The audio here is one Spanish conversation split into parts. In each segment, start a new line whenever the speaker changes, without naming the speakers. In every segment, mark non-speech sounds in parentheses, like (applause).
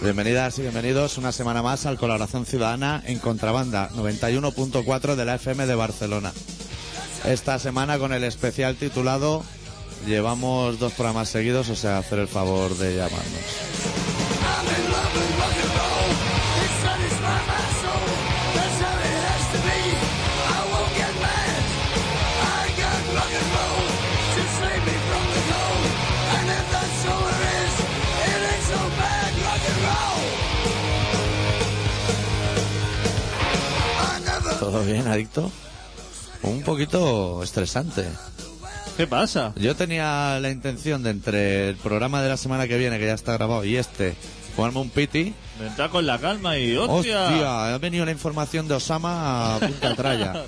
Bienvenidas y bienvenidos una semana más al Colaboración Ciudadana en Contrabanda 91.4 de la FM de Barcelona. Esta semana con el especial titulado Llevamos dos programas seguidos, o sea, hacer el favor de llamarnos. ¿Todo bien, adicto? Un poquito estresante.
¿Qué pasa?
Yo tenía la intención de entre el programa de la semana que viene, que ya está grabado, y este, jugarme un piti.
De entrar con la calma y hostia.
Hostia, ha venido la información de Osama a punta
(laughs)
tralla.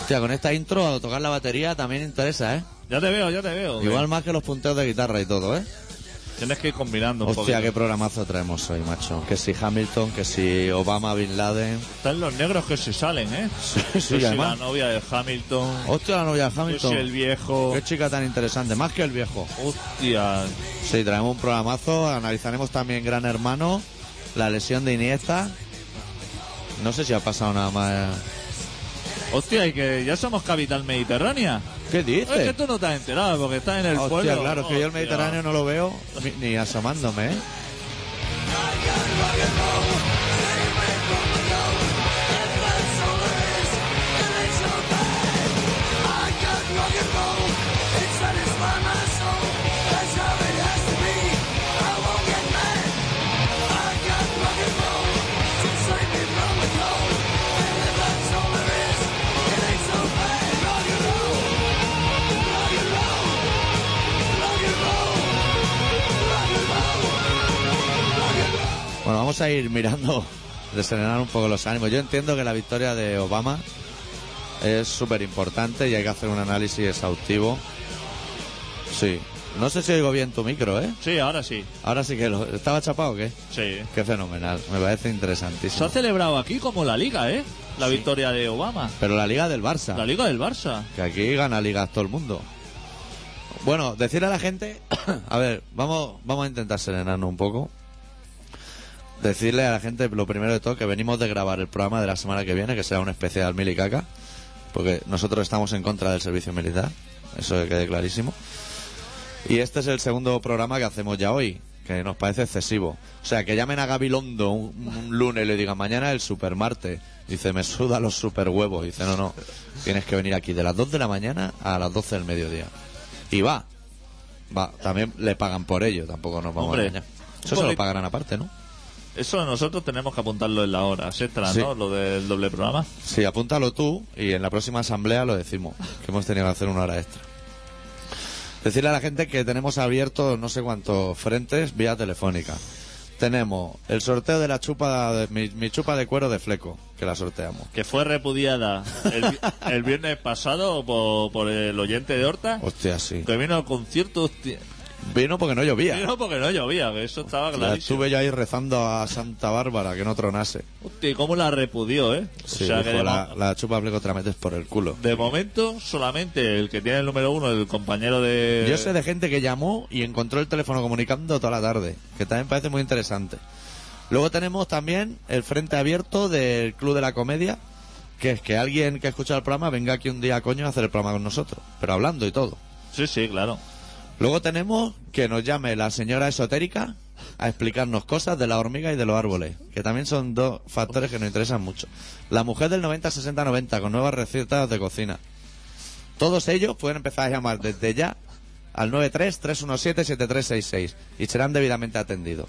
Hostia, con esta intro, a tocar la batería también interesa, ¿eh?
Ya te veo, ya te veo.
Igual más que los punteos de guitarra y todo, ¿eh?
Tienes que ir combinando un
Hostia, qué
poquito.
programazo traemos hoy, macho. Que si Hamilton, que si Obama, Bin Laden.
Están los negros que se salen, ¿eh?
(laughs) Sí, sí,
Yo soy la
además.
novia de Hamilton.
Hostia, la novia de
Yo soy Pues el
Hamilton.
viejo.
Qué chica tan interesante, más que el viejo.
Hostia.
Sí, traemos un programazo. Analizaremos también Gran Hermano, la lesión de Iniesta. No sé si ha pasado nada más.
Hostia, y que ya somos capital mediterránea.
¿Qué
Es que
dices?
tú no te has enterado porque estás en el pueblo.
¿Este? Hostia, claro, es que yo el
Hostia.
Mediterráneo no lo veo ni- ni asomándome, ¿eh? Bueno, vamos a ir mirando, (laughs) desenar un poco los ánimos. Yo entiendo que la victoria de Obama es súper importante y hay que hacer un análisis exhaustivo. Sí. No sé si oigo bien tu micro, ¿eh?
Sí, ahora sí.
Ahora sí que lo... ¿Estaba chapado o qué?
Sí.
Qué fenomenal. Me parece
Se
interesantísimo.
ha celebrado aquí como la liga, ¿eh? La victoria de Obama.
Pero la Liga del
La
Barça.
liga del Barça.
Que aquí gana ligas todo el mundo. Bueno, decirle a la gente... (coughs) a ver, vamos, vamos a intentar serenarnos un poco. decirle a la gente lo primero de todo que venimos de grabar el programa de la semana que viene, que será un especial mil y caca, porque nosotros estamos en contra del servicio militar, eso que quede clarísimo. Y este es el segundo programa que hacemos ya hoy, que nos parece excesivo. O sea, que llamen a Gabilondo un, un lunes y le digan mañana el supermarte. Dice, me suda los superhuevos. Dice, no, no, tienes que venir aquí de las 2 de la mañana a las 12 del mediodía. Y va. Va, también le pagan por ello, tampoco nos vamos
Hombre,
a engañar. Eso
un
se lo
poquito-
pagarán aparte, ¿no?
Eso nosotros tenemos que apuntarlo en la hora extra,
Sí.
¿no? Lo del doble programa.
Sí, apúntalo tú y en la próxima asamblea lo decimos, que hemos tenido que hacer una hora extra. Decirle a la gente que tenemos abiertos no sé cuántos frentes vía telefónica. Tenemos el sorteo de la chupa, de, mi, mi chupa de cuero de fleco, que la sorteamos.
que fue repudiada el,
(laughs)
vi- el viernes pasado por, por el oyente de Horta,
Hostia, sí.
que vino al concierto, hostia,
Vino porque no llovía.
vino porque no llovía, que eso estaba
La
clarísimo.
estuve yo ahí rezando a Santa Bárbara que no tronase.
Hostia, y cómo la repudió, ¿eh? O
Sí,
sea, que
dijo,
de,
la,
mo-
la chupa de fleco te la metes por el culo.
de momento solamente el que tiene el número uno, el compañero de...
Yo sé de gente que llamó y encontró el teléfono comunicando toda la tarde, que también parece muy interesante. Luego tenemos también el frente abierto del Club de la Comedia, que es que alguien que escucha el programa venga aquí un día, coño, a hacer el programa con nosotros, pero hablando y todo.
Sí, sí, claro.
Luego tenemos que nos llame la señora esotérica a explicarnos cosas de la hormiga y de los árboles, que también son dos factores que nos interesan mucho. La mujer del 90-60-90 con nuevas recetas de cocina. Todos ellos pueden empezar a llamar desde ya al 93-317-7366 y serán debidamente atendidos.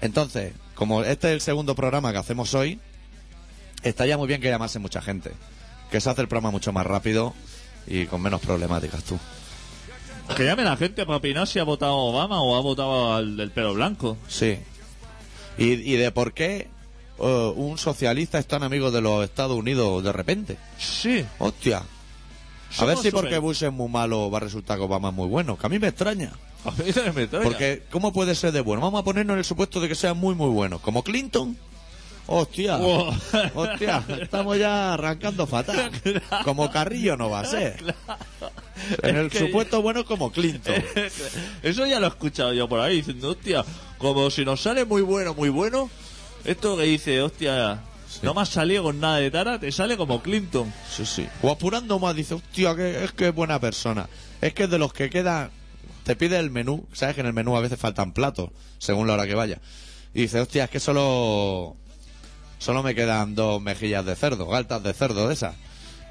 Entonces, como este es el segundo programa que hacemos hoy, estaría muy bien que llamase mucha gente. Que se hace el programa mucho más rápido y con menos problemáticas tú.
Que llame la gente para opinar si ha votado a Obama o ha votado al del pelo blanco.
Sí. ¿Y, y de por qué eh, un socialista es tan amigo de los Estados Unidos de repente?
Sí.
Hostia. A
Somos
ver si porque
super-
Bush es muy malo va a resultar que Obama es muy bueno. Que a mí me extraña.
(laughs) A mí también me extraña.
Porque, ¿cómo puede ser de bueno? Vamos a ponernos en el supuesto de que sea muy, muy bueno. Como Clinton. Hostia.
Wow.
Hostia, estamos ya arrancando
(laughs)
fatal. Como Carrillo no va a ser. En el
Es que-
supuesto bueno como Clinton.
(laughs) Eso ya lo he escuchado yo por ahí diciendo, hostia, como si nos sale muy bueno, muy bueno, esto que dice, hostia, no me has salido con nada de tara, te sale como Clinton.
Sí, sí. O apurando más, dice, hostia, que, es que es buena persona. Es que de los que quedan, te pide el menú, sabes que en el menú a veces faltan platos, según la hora que vaya. Y dice, hostia, es que solo, solo me quedan dos mejillas de cerdo, galtas de cerdo de esas.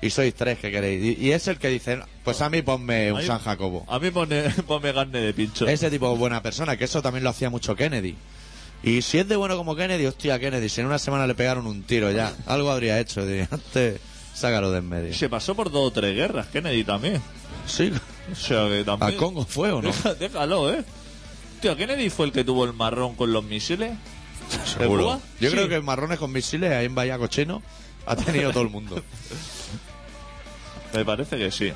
Y sois tres que queréis. Y, y es el que dice, pues a mí ponme un
Ahí- Ah,
San Jacobo.
A mí pone, (laughs) ponme carne de pincho.
Ese tipo de buena persona, que eso también lo hacía mucho Kennedy. Y si es de bueno como Kennedy, hostia, Kennedy, si en una semana le pegaron un tiro ya, algo habría hecho, diría, antes sácalo de en medio.
Se pasó por dos o tres guerras, Kennedy también.
Sí,
O sea que
a
también...
Congo fue
(laughs)
o no.
Deja- déjalo, eh. Hostia, Kennedy fue el que tuvo el marrón con los misiles. Cuba?
Yo
Sí.
creo que marrones con misiles ahí en Bahía Cochino ha tenido todo el
(laughs)
mundo.
Me parece
(coughs)
que sí.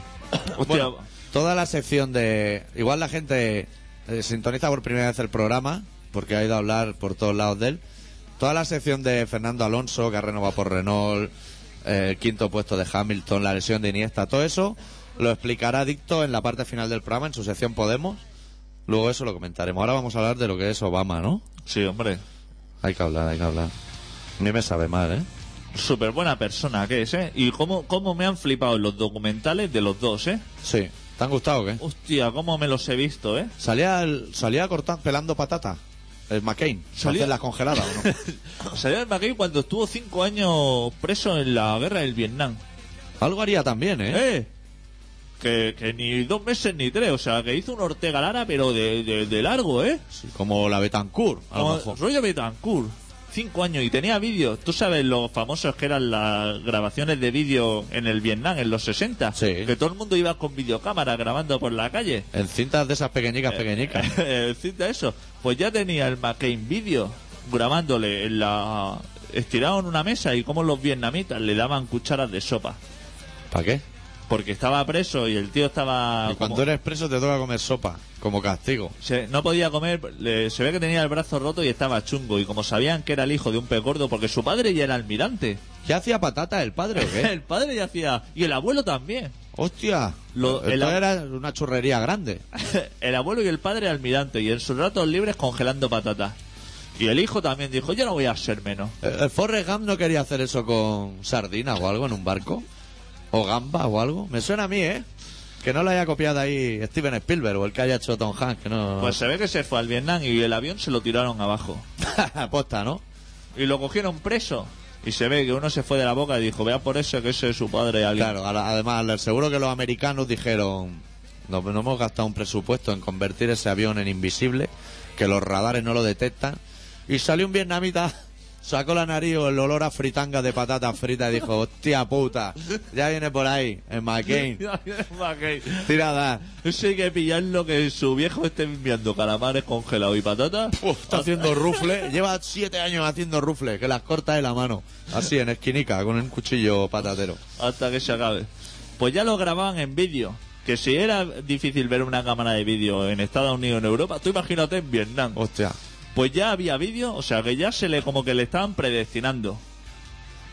Hostia,
Bueno, toda la sección de. Igual la gente eh, sintoniza por primera vez el programa, porque ha ido a hablar por todos lados de él. Toda la sección de Fernando Alonso, que ha renovado por Renault, eh, el quinto puesto de Hamilton, la lesión de Iniesta, todo eso lo explicará Dicto en la parte final del programa, en su sección Podemos. Luego eso lo comentaremos. Ahora vamos a hablar de lo que es Obama, ¿no?
sí, hombre.
Hay que hablar, hay que hablar. A mí me sabe mal, ¿eh?
Súper buena persona que es, ¿eh? Y cómo, cómo me han flipado los documentales de los dos, ¿eh?
Sí. ¿Te han gustado o qué?
Hostia, cómo me los he visto, ¿eh? (laughs)
Salía, el- salía cortando, pelando patata. El McCain.
Salía-
¿Salía? las congeladas o
(laughs)
no?
Salió el McKay cuando estuvo cinco años preso en la guerra del Vietnam.
Algo haría también, ¿eh?
¿Eh? Que, que ni dos meses ni tres, o sea, que hizo un Ortega Lara, pero de, de- de largo, ¿eh?
Sí, como la Betancourt, a lo
Como
mejor.
Rollo Betancourt. Cinco años y tenía vídeos. ¿Tú sabes los famosos que eran las grabaciones de vídeo en el Vietnam en los 60?
Sí.
Que todo el mundo iba con videocámara grabando por la calle.
En cintas de esas pequeñicas, pequeñicas.
(laughs) Eh, cita eso. Pues ya tenía el McCain vídeo grabándole en la estirado en una mesa y como los vietnamitas le daban cucharas de sopa.
¿Para qué?
Porque estaba preso y el tío estaba...
y cuando
como-
eres preso te toca comer sopa, como castigo.
se- no podía comer, le- se ve que tenía el brazo roto y estaba chungo. Y como sabían que era el hijo de un pez gordo, porque su padre ya era almirante.
¿Qué hacía patata el padre o qué?
(laughs) El padre ya hacía... Y el abuelo también. (laughs)
¡Hostia!
Lo-
Esto
el-
era una churrería grande.
el abuelo y el padre almirante. Y en sus ratos libres congelando patatas. Y el hijo también dijo, yo no voy a ser menos.
¿El el Eh, Forrest Gump no quería hacer eso con sardina o algo en un barco? ¿O gamba o algo? Me suena a mí, ¿eh? Que no lo haya copiado ahí Steven Spielberg o el que haya hecho Tom Hanks, que no...
Pues se ve que se fue al Vietnam y el avión se lo tiraron abajo.
(laughs) Aposta, ¿no?
Y lo cogieron preso. Y se ve que uno se fue de la boca y dijo, vea por eso que ese es su padre. alguien". (laughs)
Claro, a la- además, le- seguro que los americanos dijeron: no, no hemos gastado un presupuesto en convertir ese avión en invisible, que los radares no lo detectan. Y salió un vietnamita, (laughs) sacó la nariz el olor a fritanga de patatas fritas y dijo: Hostia puta, ya viene por ahí, en McCain,
McCain.
tirada.
Eso hay que pillar lo que su viejo esté enviando calamares congelados
(laughs)
y patatas.
Está haciendo rufle, lleva siete años haciendo rufle, que las corta de la mano, así en esquinica, con un cuchillo patatero.
hasta que se acabe. Pues ya lo grababan en vídeo. Que si era difícil ver una cámara de vídeo en Estados Unidos o en Europa, tú imagínate en Vietnam.
Hostia.
Pues ya había vídeo, o sea que ya se le como que le estaban predestinando.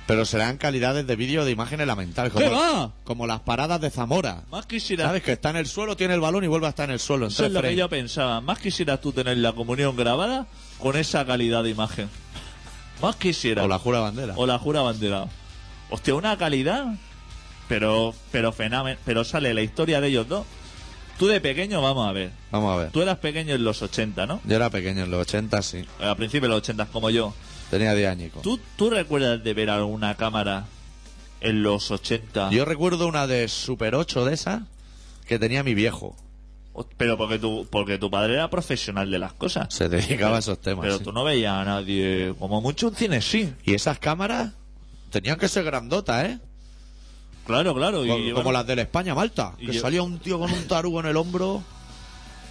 Pero serán calidades de vídeo de imágenes lamentables.
¿Qué
como-
va?
Como las paradas de Zamora.
Más quisiera
¿Sabes? Que está en el suelo, tiene el balón y vuelve a estar en el suelo. en
Eso
tres
es lo que
frames.
yo pensaba. Más quisieras tú tener la comunión grabada con esa calidad de imagen. Más quisiera.
O la jura bandera.
O la jura bandera. Hostia, una calidad. Pero, pero fenómeno. Pero sale la historia de ellos dos. Tú de pequeño, vamos a ver.
Vamos a ver.
Tú eras pequeño en los 80, ¿no?
Yo era pequeño, en los 80 sí.
A principios de los 80, como yo.
Tenía 10 añicos.
¿Tú, ¿Tú recuerdas de ver alguna cámara en los 80.
Yo recuerdo una de Super 8 de esas que tenía mi viejo.
Pero porque tu, porque tu padre era profesional de las cosas.
Se dedicaba a esos temas.
Pero
sí.
tú no veías a nadie. Como mucho un cine, sí.
Y esas cámaras tenían que ser grandotas, ¿eh?
Claro, claro. Y,
Co- como
bueno,
las del España-Malta.
y
Que
yo-
salía un tío con un tarugo en el hombro.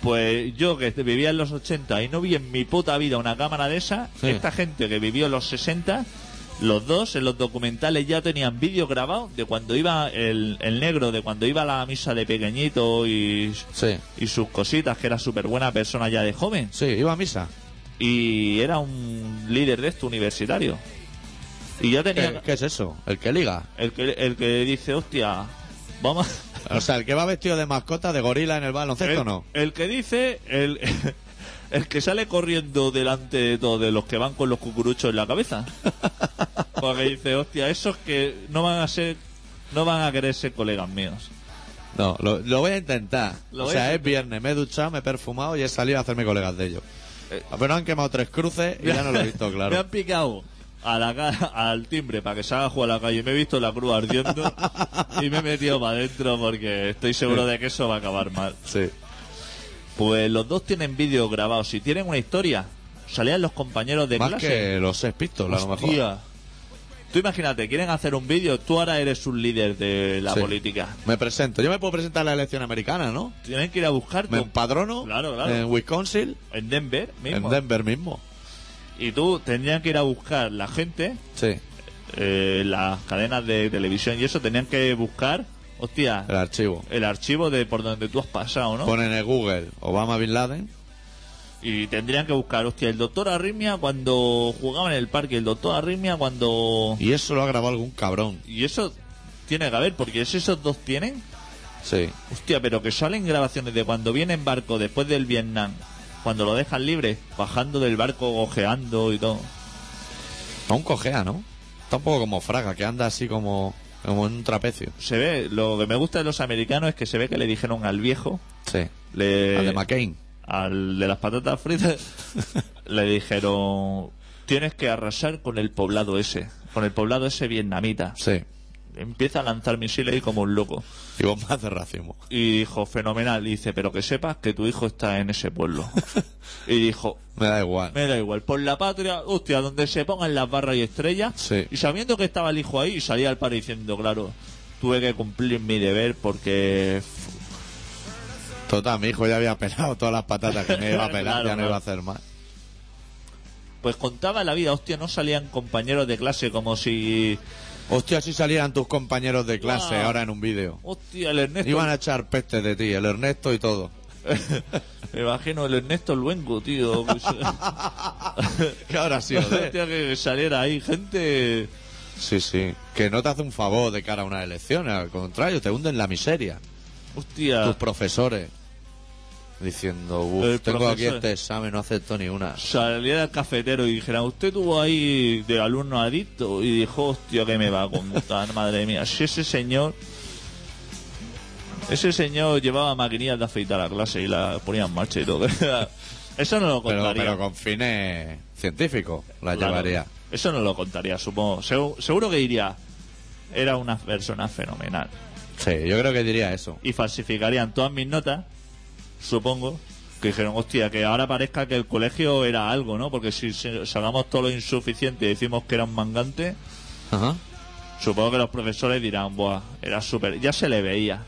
Pues yo que vivía en los 80 y no vi en mi puta vida una cámara de esa,
Sí.
esta gente que vivió en los 60, los dos en los documentales ya tenían vídeos grabados de cuando iba el, el negro, de cuando iba a la misa de pequeñito y,
Sí.
y sus cositas, que era súper buena persona ya de joven.
Sí, iba a misa.
Y era un líder de esto universitario. Y ya tenía...
Eh, ¿Qué, qué es eso? ¿El que liga?
El que, el que dice, hostia, vamos...
O sea, el que va vestido de mascota, de gorila en el baloncesto,
el,
no.
el que dice, el, (laughs) el que sale corriendo delante de todos, de los que van con los cucuruchos en
(laughs)
la cabeza. Porque dice, hostia, esos que no van a ser, no van a querer ser colegas míos.
No, lo, lo voy a intentar. o
Lo voy
sea,
a
es viernes, me he duchado, me he perfumado y he salido a hacerme colegas de ellos. Ah,
Eh.
Pero han quemado tres cruces y ya no lo he
(laughs)
visto
Me han
claro.
picado a la ca- al timbre para que salga a jugar a la calle. Me he visto la cruz ardiendo y me he metido para adentro porque estoy seguro de que eso va a acabar mal.
Sí.
Pues los dos tienen vídeos grabados. Si tienen una historia, salían los compañeros de
Más
clase.
que los seis pistols, a lo mejor.
Hostia. Tú imagínate, quieren hacer un vídeo, tú ahora eres un líder de la
Sí.
política.
Me presento. Yo me puedo presentar a la elección americana, ¿no?
Tienen que ir a buscarte
Me
un-
empadrono
Claro, claro.
en Wisconsin,
en Denver mismo.
en Denver mismo.
Y tú tendrían que ir a buscar la gente,
Sí,
eh, las cadenas de televisión y eso, tenían que buscar, hostia,
el archivo.
el archivo de por donde tú has pasado, ¿no?
Ponen en el Google Obama Bin Laden.
Y tendrían que buscar, hostia, el doctor Arritmia cuando jugaba en el parque, el doctor Arritmia cuando...
Y eso lo ha grabado algún cabrón.
Y eso tiene que haber, porque si esos dos tienen,
Sí.
Hostia, pero que salen grabaciones de cuando viene en barco después del Vietnam, cuando lo dejan libre, bajando del barco, ojeando y todo.
Aún cojea, ¿no? Está un poco como Fraga, que anda así como, como en un trapecio.
Se ve, lo que me gusta de los americanos es que se ve que le dijeron al viejo,
Sí.
le,
Al de McCain.
al de las patatas fritas,
(laughs)
le dijeron, tienes que arrasar con el poblado ese, con el poblado ese vietnamita.
Sí.
Empieza a lanzar misiles y como un loco.
Y bombas de racismo.
Y dijo, fenomenal, y dice, pero que sepas que tu hijo está en ese
(laughs)
pueblo. y dijo,
Me da igual.
Me da igual, por la patria, hostia, donde se pongan las barras y estrellas.
Sí.
Y sabiendo que estaba el hijo ahí, salía al padre diciendo, claro, tuve que cumplir mi deber porque.
Total, mi hijo ya había pelado todas las patatas que me
(laughs)
iba a pelar,
Claro,
ya no
claro.
iba a hacer más.
Pues contaba la vida, hostia, no salían compañeros de clase como si.
Hostia, si salieran tus compañeros de clase
Guau.
ahora en un vídeo.
Hostia, el Ernesto.
Iban a echar peste de ti, el Ernesto y todo.
Me imagino el Ernesto Luengo,
(laughs)
tío. (laughs) que se-
Que ahora sí, joder.
Hostia, que saliera ahí gente.
Sí, sí. Que no te hace un favor de cara a unas elecciones, al contrario, te hunde en la miseria. Tus
Hostia.
profesores diciendo, uff,
Ah. El
tengo aquí
profesor.
este examen, no acepto ni una.
Saliera el cafetero y dijera, usted tuvo ahí de alumno adicto. Y dijo, hostia, que me va a contar, (laughs) madre mía. Si ese señor. Ese señor llevaba maquinillas de afeitar a clase y la ponía en marcha y todo. (laughs) Eso no lo
Pero,
contaría.
pero con fines científicos la
Claro.
llevaría.
Eso no lo contaría, supongo. Segu- seguro que diría, era una persona fenomenal.
Sí, yo creo que diría eso.
y falsificarían todas mis notas, supongo, que dijeron, hostia, que ahora parezca que el colegio era algo, ¿no? Porque si se- sacamos todo lo insuficiente y decimos que era un mangante,
Ajá.
supongo que los profesores dirán, buah, era súper... Ya se le veía,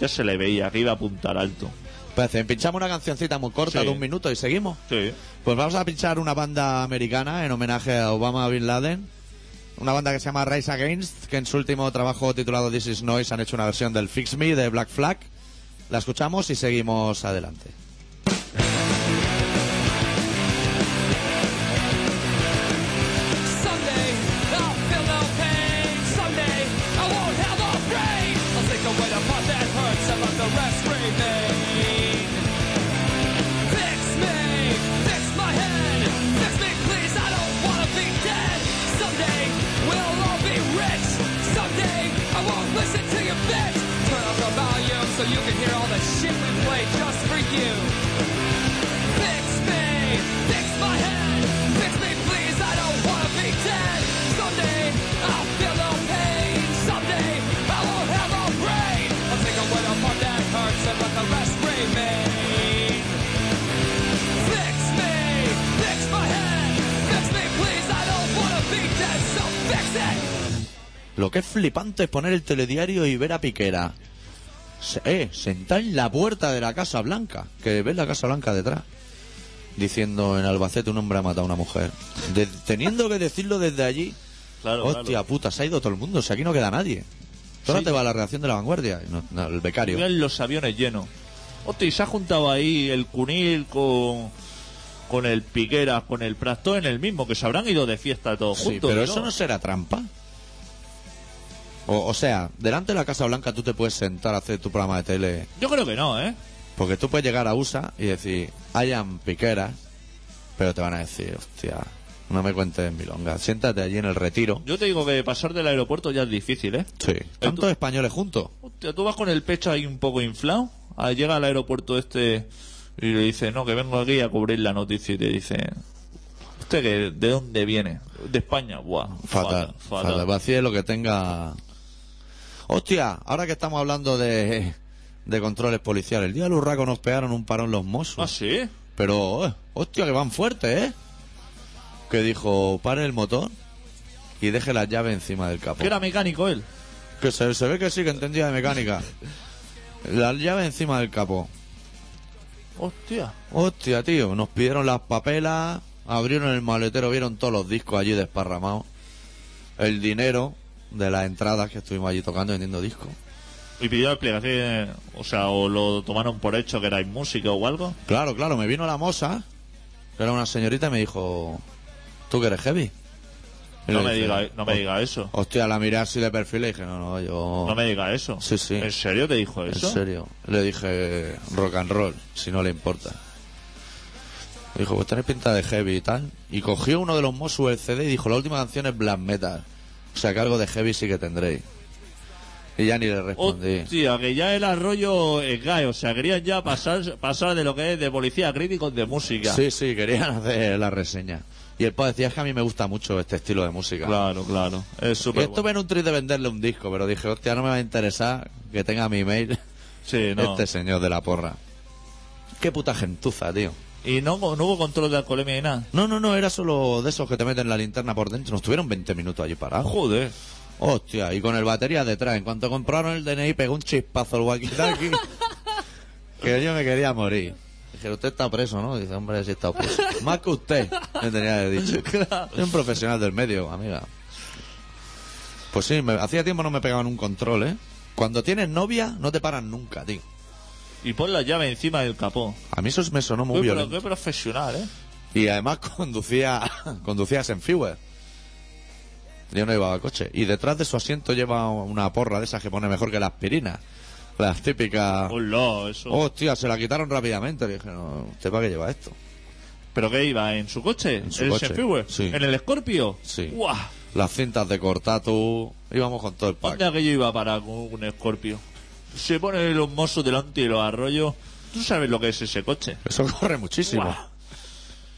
ya se le veía que iba a apuntar alto.
Parece, Pues pinchamos una cancioncita muy corta
Sí.
de un minuto y seguimos.
Sí.
Pues vamos a pinchar una banda americana en homenaje a Obama Bin Laden. Una banda que se llama Rise Against, que en su último trabajo titulado This Is Noise han hecho una versión del Fix Me de Black Flag. La escuchamos y seguimos adelante.
Someday I'll oh, feel no pain. Someday I won't have a brain. I'll take away the part that hurts and let the rest remain. Fix me, fix my head. Fix me, please. I don't wanna be dead. Someday we'll all be rich. Someday I won't listen to your bitch. Turn up the volume so you can hear all the shit we play just for you. Fix me, fix my head, fix me please, I don't wanna be dead. Someday I'll feel no pain.
Lo que es flipante es poner el telediario y ver a Piquera. Se- eh, sentar en la puerta de la Casa Blanca, que ves la Casa Blanca detrás, diciendo en Albacete un hombre ha matado a una mujer. De- teniendo que decirlo desde allí,
Claro,
hostia
claro.
puta, se ha ido todo el mundo, si aquí no queda nadie. Tú ahora
Sí.
te va a la reacción de la vanguardia, y no- no, el becario.
Miran los aviones llenos. Hostia, y se ha juntado ahí el Cunil con, con el Piqueras, con el Prasto en el mismo, que se habrán ido de fiesta todos
Sí,
juntos.
pero
¿no?
eso no será trampa. O, o sea, delante de la Casa Blanca tú te puedes sentar a hacer tu programa de tele.
Yo creo que no, ¿eh?
Porque tú puedes llegar a USA y decir, hayan piqueras, pero te van a decir, hostia, no me cuentes milonga. Siéntate allí en el retiro.
Yo te digo que pasar del aeropuerto ya es difícil, ¿eh?
Sí. Tantos españoles juntos.
Hostia, tú vas con el pecho ahí un poco inflado, ah, llega al aeropuerto este y le dice, no, que vengo aquí a cubrir la noticia y te dice, ¿usted que de dónde viene? De España, buah.
Fatal, fatal. Vacíe lo que tenga. Hostia, ahora que estamos hablando de, de controles policiales, el día del hurraco nos pegaron un parón los mozos.
Ah, sí.
Pero, eh, hostia, que van fuertes, ¿eh? Que dijo, pare el motor y deje la llave encima del capó.
Que era mecánico él.
Que se, se ve que sí, que entendía de mecánica. La llave encima del capó.
Hostia.
Hostia, tío, nos pidieron las papelas, abrieron el maletero, vieron todos los discos allí desparramados. El dinero de las entradas que estuvimos allí tocando y vendiendo discos.
Y pidió explicación, o sea, o lo tomaron por hecho que erais música o algo.
Claro, claro, me vino la moza, que era una señorita, y me dijo, ¿tú que eres heavy? Y le
No
"Oh,
me
dije,
diga, no me diga eso.
Hostia, la miré así de perfil y dije, no, no, yo...
No me diga eso.
oh". Sí, sí.
¿En serio te dijo
En
eso?
serio. Le dije rock and roll, si no le importa. Me Dijo, pues tenés pinta de heavy y tal. Y cogió uno de los Mosu el CD y dijo, la última canción es black metal. O sea que algo de heavy sí que tendréis. Y ya ni le respondí.
Hostia, que ya era rollo eh, gay, o sea, querían ya pasar, pasar de lo que es de policía a críticos de música.
Sí, sí, querían (laughs) hacer la reseña. Y el padre decía, es que a mí me gusta mucho este estilo de música.
Claro, claro. Es
Y
súper.
esto me en un trip de venderle un disco, pero dije, hostia, no me va a interesar que tenga mi email
guay. Sí, no.
este señor de la porra. Qué puta gentuza, tío.
Y no, no hubo control de alcoholemia ni nada.
No, no, no, era solo de esos que te meten la linterna por dentro. Nos tuvieron 20 minutos allí parados.
Joder.
Hostia, y con el batería detrás. En cuanto compraron el DNI, pegó un chispazo el
(laughs)
walkie-talkie. que yo me quería morir. Dije, usted está preso, ¿no? Dice, hombre, sí he estado preso. Más que usted, me tenía que haber
(laughs)
dicho. Soy un profesional del medio, amiga. Pues sí, me- hacía tiempo no me pegaban un control, ¿eh? Cuando tienes novia, no te paran nunca, tío.
Y pon la llave encima del capó.
A mí eso me sonó muy
Uy, pero
violento.
qué profesional, ¿eh?
Y además (laughs) conducía, conducía Senfewer. Yo no llevaba coche. Y detrás de su asiento lleva una porra de esas que pone mejor que la aspirina. Las típicas.
Hola, eso.
Hostia, se la quitaron rápidamente. Le dije, no, ¿usted para qué lleva esto?
¿Pero qué iba? ¿En su coche?
En su
el
coche,
Senfewer?
sí.
¿En el Scorpio?
Sí.
¡Guau!
Las cintas de cortatu. Íbamos con todo el
¿Dónde
pack.
aquello iba para con un Scorpio? Se pone los mozos delante y los arroyos. Tú sabes lo que es ese coche.
Eso corre muchísimo.
¡Guau!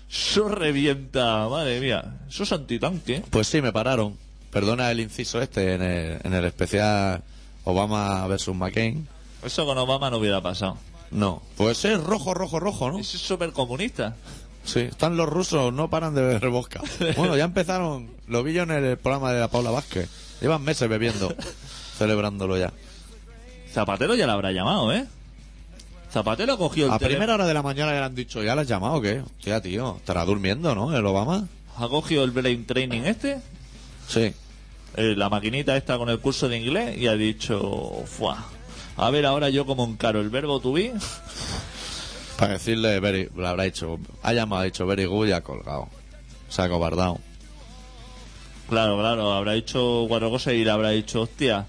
Eso revienta, madre mía. Eso es antitanque. ¿eh?
Pues sí, me pararon. Perdona el inciso este en el, en el especial Obama versus McCain.
Eso con Obama no hubiera pasado.
No. Pues es rojo, rojo, rojo, ¿no?
Ese es súper comunista.
Sí, están los rusos, no paran de beber vodka. Bueno, ya empezaron, lo vi yo en el programa de la Paula Vázquez. Llevan meses bebiendo, celebrándolo ya.
Zapatero ya la habrá llamado, ¿eh? Zapatero cogió el
A
teléfono.
primera hora de la mañana le han dicho, ¿ya la has llamado o qué? Hostia, tío, estará durmiendo, ¿no? El Obama.
¿Ha cogido el brain training este?
Sí.
eh, la maquinita esta con el curso de inglés y ha dicho, fuá. A ver, ahora yo como encaro el verbo to be.
Para decirle, very, le habrá dicho, ha llamado, ha dicho very good y ha colgado. Se ha acobardado.
Claro, claro, habrá dicho cuatro cosas y le habrá dicho, hostia.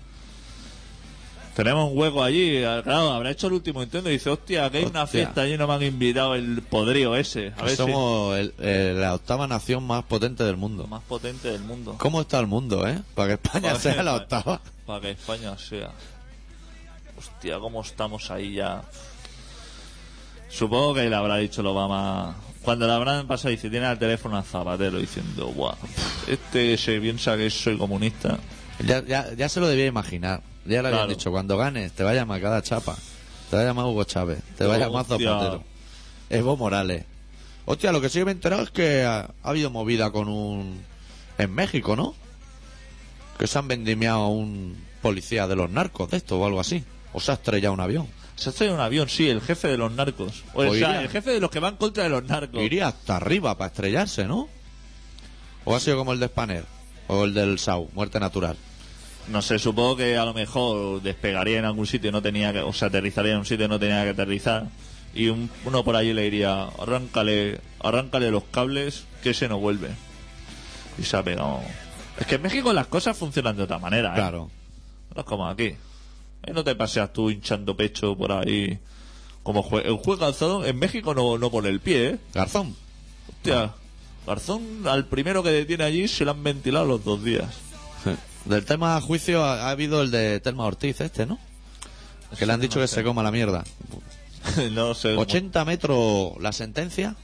Tenemos un hueco allí, Ah, claro, habrá hecho el último intento y dice, hostia, que hay
Hostia.
una
Pues
fiesta allí, no me han invitado el podrío ese. A ver
Somos el- eh, la octava nación más potente del
si-
mundo.
más potente del mundo.
¿Cómo está el mundo, eh? Para que España
Para
sea
que-
la octava.
Para que España sea. Hostia, cómo estamos ahí ya. Supongo que le habrá dicho el Obama. Cuando le habrán pasado, dice: Tiene al teléfono a Zapatero diciendo, guau, este se piensa que soy comunista.
Ya, ya, ya se lo debía imaginar. Ya lo habían
Claro.
dicho, cuando ganes te va a llamar cada chapa. Te va a llamar Hugo Chávez, te va a llamar
Hostia.
Zapatero. Evo Morales. Hostia, lo que sí me he enterado es que ha, ha habido movida con un... En México, ¿no? que se han vendimiado a un policía de los narcos de esto o algo así. O se ha estrellado un avión.
Se ha traído un avión, sí, el jefe de los narcos. O,
Pues
sea,
iría.
el jefe de los que van contra de los narcos.
Iría hasta arriba para estrellarse, ¿no? O ha sido como el de Spanner. O el del Sau, muerte natural.
No sé, supongo que a lo mejor despegaría en algún sitio, no tenía que, o sea, aterrizaría en un sitio, no tenía que aterrizar. Y un- uno por allí le diría, arráncale, arráncale los cables, que se nos vuelve. Y se ha pegado. Es que en México las cosas funcionan de otra manera, ¿eh?
Claro.
No es como aquí. Ahí no te paseas tú hinchando pecho por ahí. Como jue- el juez calzado en México no, no pone el pie, ¿eh?
Garzón.
Hostia, Garzón al primero que detiene allí se lo han ventilado los dos días. (laughs)
Del tema juicio ha, ha habido el de Telma Ortiz, este, ¿no? Que le han dicho que se coma la mierda.
no sé.
80 metros la sentencia.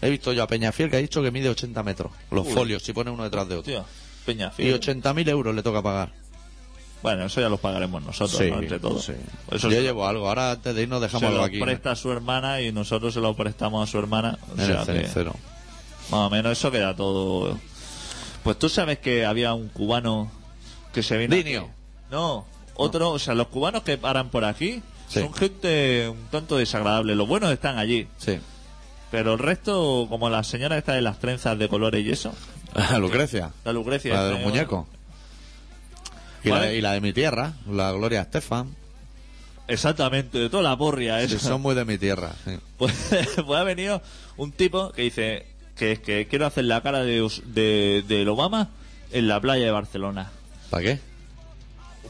He visto yo a Peñafiel que ha dicho que mide 80 metros. Los
Uy.
folios, si pone uno detrás de otro.
Hostia, Peña,
Y
fiel.
80.000 euros le toca pagar.
Bueno, eso ya los pagaremos nosotros, ¿no? entre todos.
sí.
Eso
Yo
se-
llevo algo. Ahora antes de irnos
se
dejamos
lo
algo aquí. ¿eh?
presta a su hermana y nosotros se lo prestamos a su hermana. O
en el
sea que,
cenicero.
más o menos eso queda todo. Pues tú sabes que había un cubano que se vino.
Dinio.
aquí. No, otro, o sea, los cubanos que paran por aquí
Sí.
son gente un tanto desagradable. Los buenos están allí.
Sí. (laughs)
Pero el resto, como la señora esta de las trenzas de colores y eso,
Lucrecia.
la Lucrecia.
La de
esta,
los
¿no?
muñecos. Y, la,
Vale.
y la de mi tierra, la Gloria Estefan.
Exactamente, de toda la porria
Sí,
eso.
son muy de mi tierra. sí.
(laughs) Pues, pues ha venido un tipo que dice que, que quiero hacer la cara de, Us- de, del Obama en la playa de Barcelona.
¿Para qué?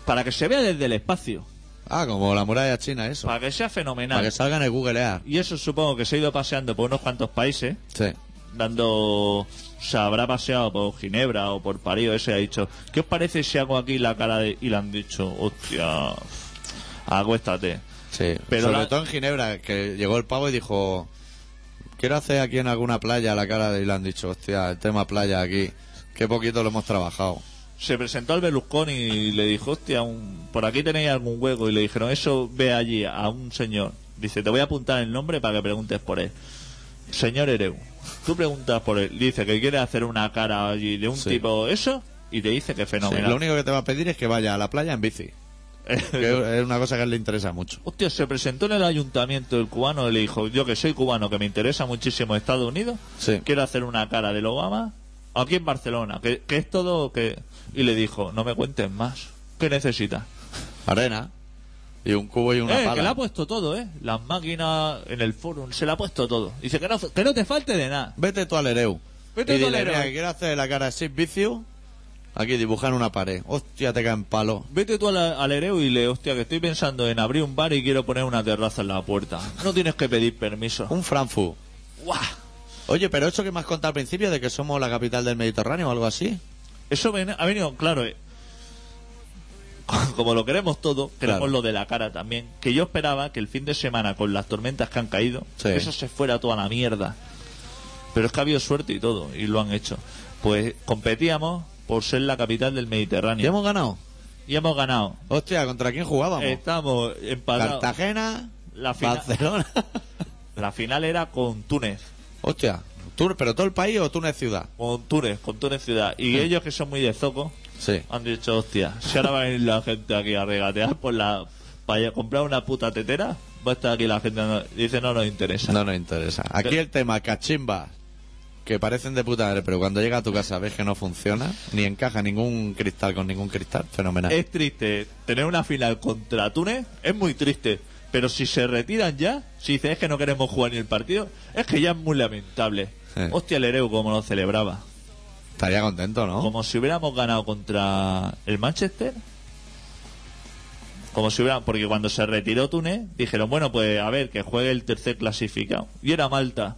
Para que se vea desde el espacio.
Ah, como la muralla china, eso.
Para que sea
Para
fenomenal.
que salgan en Google Earth.
Y eso supongo que se ha ido paseando por unos cuantos países,
Sí.
dando... O sea, habrá paseado por Ginebra o por París o eso y ha dicho, ¿qué os parece si hago aquí la cara de...? Y le han dicho, hostia, acuéstate.
Sí,
Pero
sobre
la-
todo en Ginebra, que llegó el pavo y dijo, quiero hacer aquí en alguna playa la cara de... Y le han dicho, hostia, el tema playa aquí, qué poquito lo hemos trabajado.
se presentó al Berlusconi y le dijo, hostia, un- por aquí tenéis algún hueco. Y le dijeron, eso ve allí a un señor. Dice, te voy a apuntar el nombre para que preguntes por él. Señor Ereu, tú preguntas por él. Dice que quiere hacer una cara allí de un
Sí.
tipo eso y te dice que es
Sí,
fenomenal.
lo único que te va a pedir es que vaya a la playa en bici,
(laughs)
que es una cosa que a él le interesa mucho.
Hostia, se presentó en el ayuntamiento el cubano y le dijo, yo que soy cubano, que me interesa muchísimo Estados Unidos,
Sí.
quiero hacer una cara del Obama aquí en Barcelona, que, que es todo que... Y le dijo, no me cuentes más, ¿qué necesitas?
Arena, y un cubo y una
Eh, que le
pala.
ha puesto todo, ¿eh? Las máquinas en el forum, se le ha puesto todo. Dice que no, que no te falte de nada.
Vete tú al Ereu.
Vete
y
tú al
dile,
Ereu.
"Mira, que quiero hacer la cara de Sid Vicious, aquí dibujar en una pared. Hostia, te caen palo.
Vete tú a la- al Ereu y le, hostia, que estoy pensando en abrir un bar y quiero poner una terraza en la puerta. No tienes que pedir permiso.
Un Frankfurt.
¡Guau!
Oye, pero eso que me has contado al principio de que somos la capital del Mediterráneo o algo así.
Eso ven- ha venido, claro, eh, (laughs) como lo queremos todo, queremos
Claro.
lo de la cara también. Que yo esperaba que el fin de semana, con las tormentas que han caído,
Sí.
eso se fuera toda la mierda. Pero es que ha habido suerte y todo, y lo han hecho. Pues competíamos por ser la capital del
¿Y
Mediterráneo.
hemos ganado?
Y hemos ganado.
Hostia, ¿contra quién jugábamos?
Estamos empatados.
Cartagena,
La fina-
Barcelona. (laughs)
La final era con Túnez.
Hostia, ¿tú- ¿pero todo el país o Túnez ciudad?
Con Túnez, con Túnez ciudad. Y ellos que son muy de zoco,
Sí.
han dicho, hostia, si ahora va a venir la gente aquí a regatear por la... Para comprar una puta tetera, va a estar aquí la gente... no- Dice, no nos interesa.
No nos interesa. Aquí el tema cachimbas, que parecen de puta madre, pero cuando llega a tu casa ves que no funciona, ni encaja ningún cristal con ningún cristal, fenomenal.
Es triste tener una final contra Túnez, es muy triste. Pero si se retiran ya, si dices es que no queremos jugar ni el partido, es que ya es muy lamentable.
Sí.
Hostia, el Ereu como lo celebraba.
Estaría contento, ¿no?
Como si hubiéramos ganado contra el Manchester. Como si hubiera, porque cuando se retiró Túnez, dijeron, bueno, pues a ver, que juegue el tercer clasificado. Y era Malta.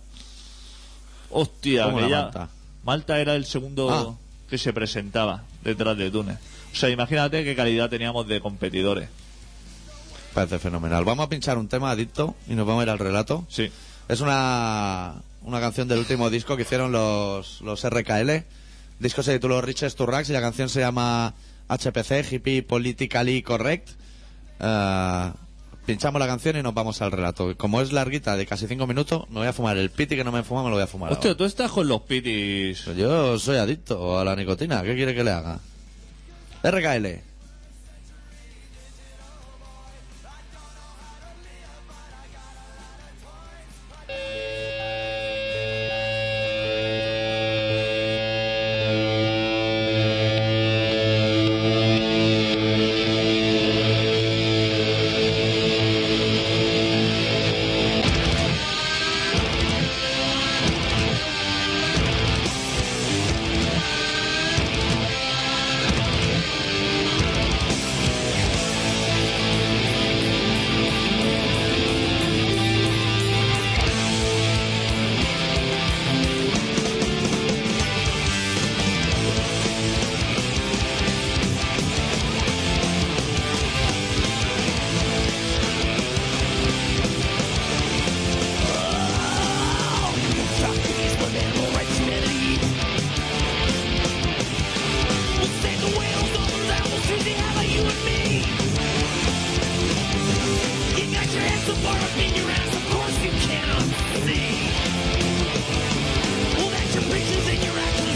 Hostia,
¿Cómo
que
era
ya-
Malta?
Malta era el
Ah.
segundo que se presentaba detrás de Túnez. O sea, imagínate qué calidad teníamos de competidores.
Parece fenomenal. Vamos a pinchar un tema adicto y nos vamos a ir al relato.
Sí.
Es una, una canción del último disco que hicieron los, los RKL. El disco se tituló Riches to Rags y la canción se llama HPC, Hippie Politically Correct. Ah, pinchamos la canción y nos vamos al relato. Como es larguita, de casi cinco minutos, me voy a fumar el piti que no me he fumado, me lo voy a fumar.
Hostia,
ahora.
tú estás con los pitis.
Yo soy adicto a la nicotina, ¿qué quiere que le haga? RKL.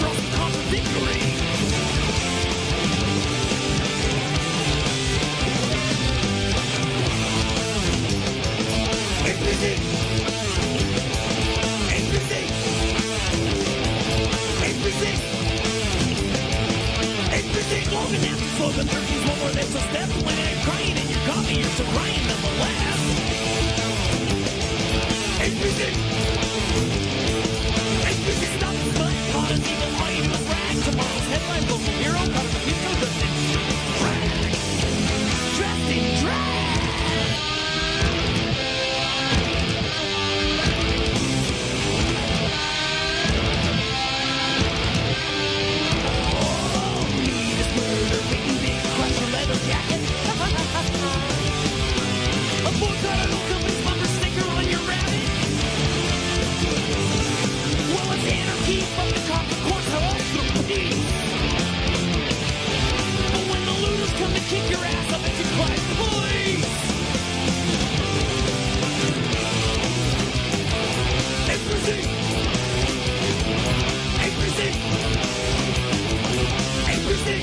Contradictory. It's music. It's music. It's music. It's music long enough for the turkeys one more than a step. When I'm crying in your coffee, you're still crying nonetheless. It's music. It's music not but caught an evil eye in the rag. Tomorrow's headline will be hero, caught the future, doesn't drag. Dressed in drag. Kick your ass up and you cry, please! Everything! Everything! Everything!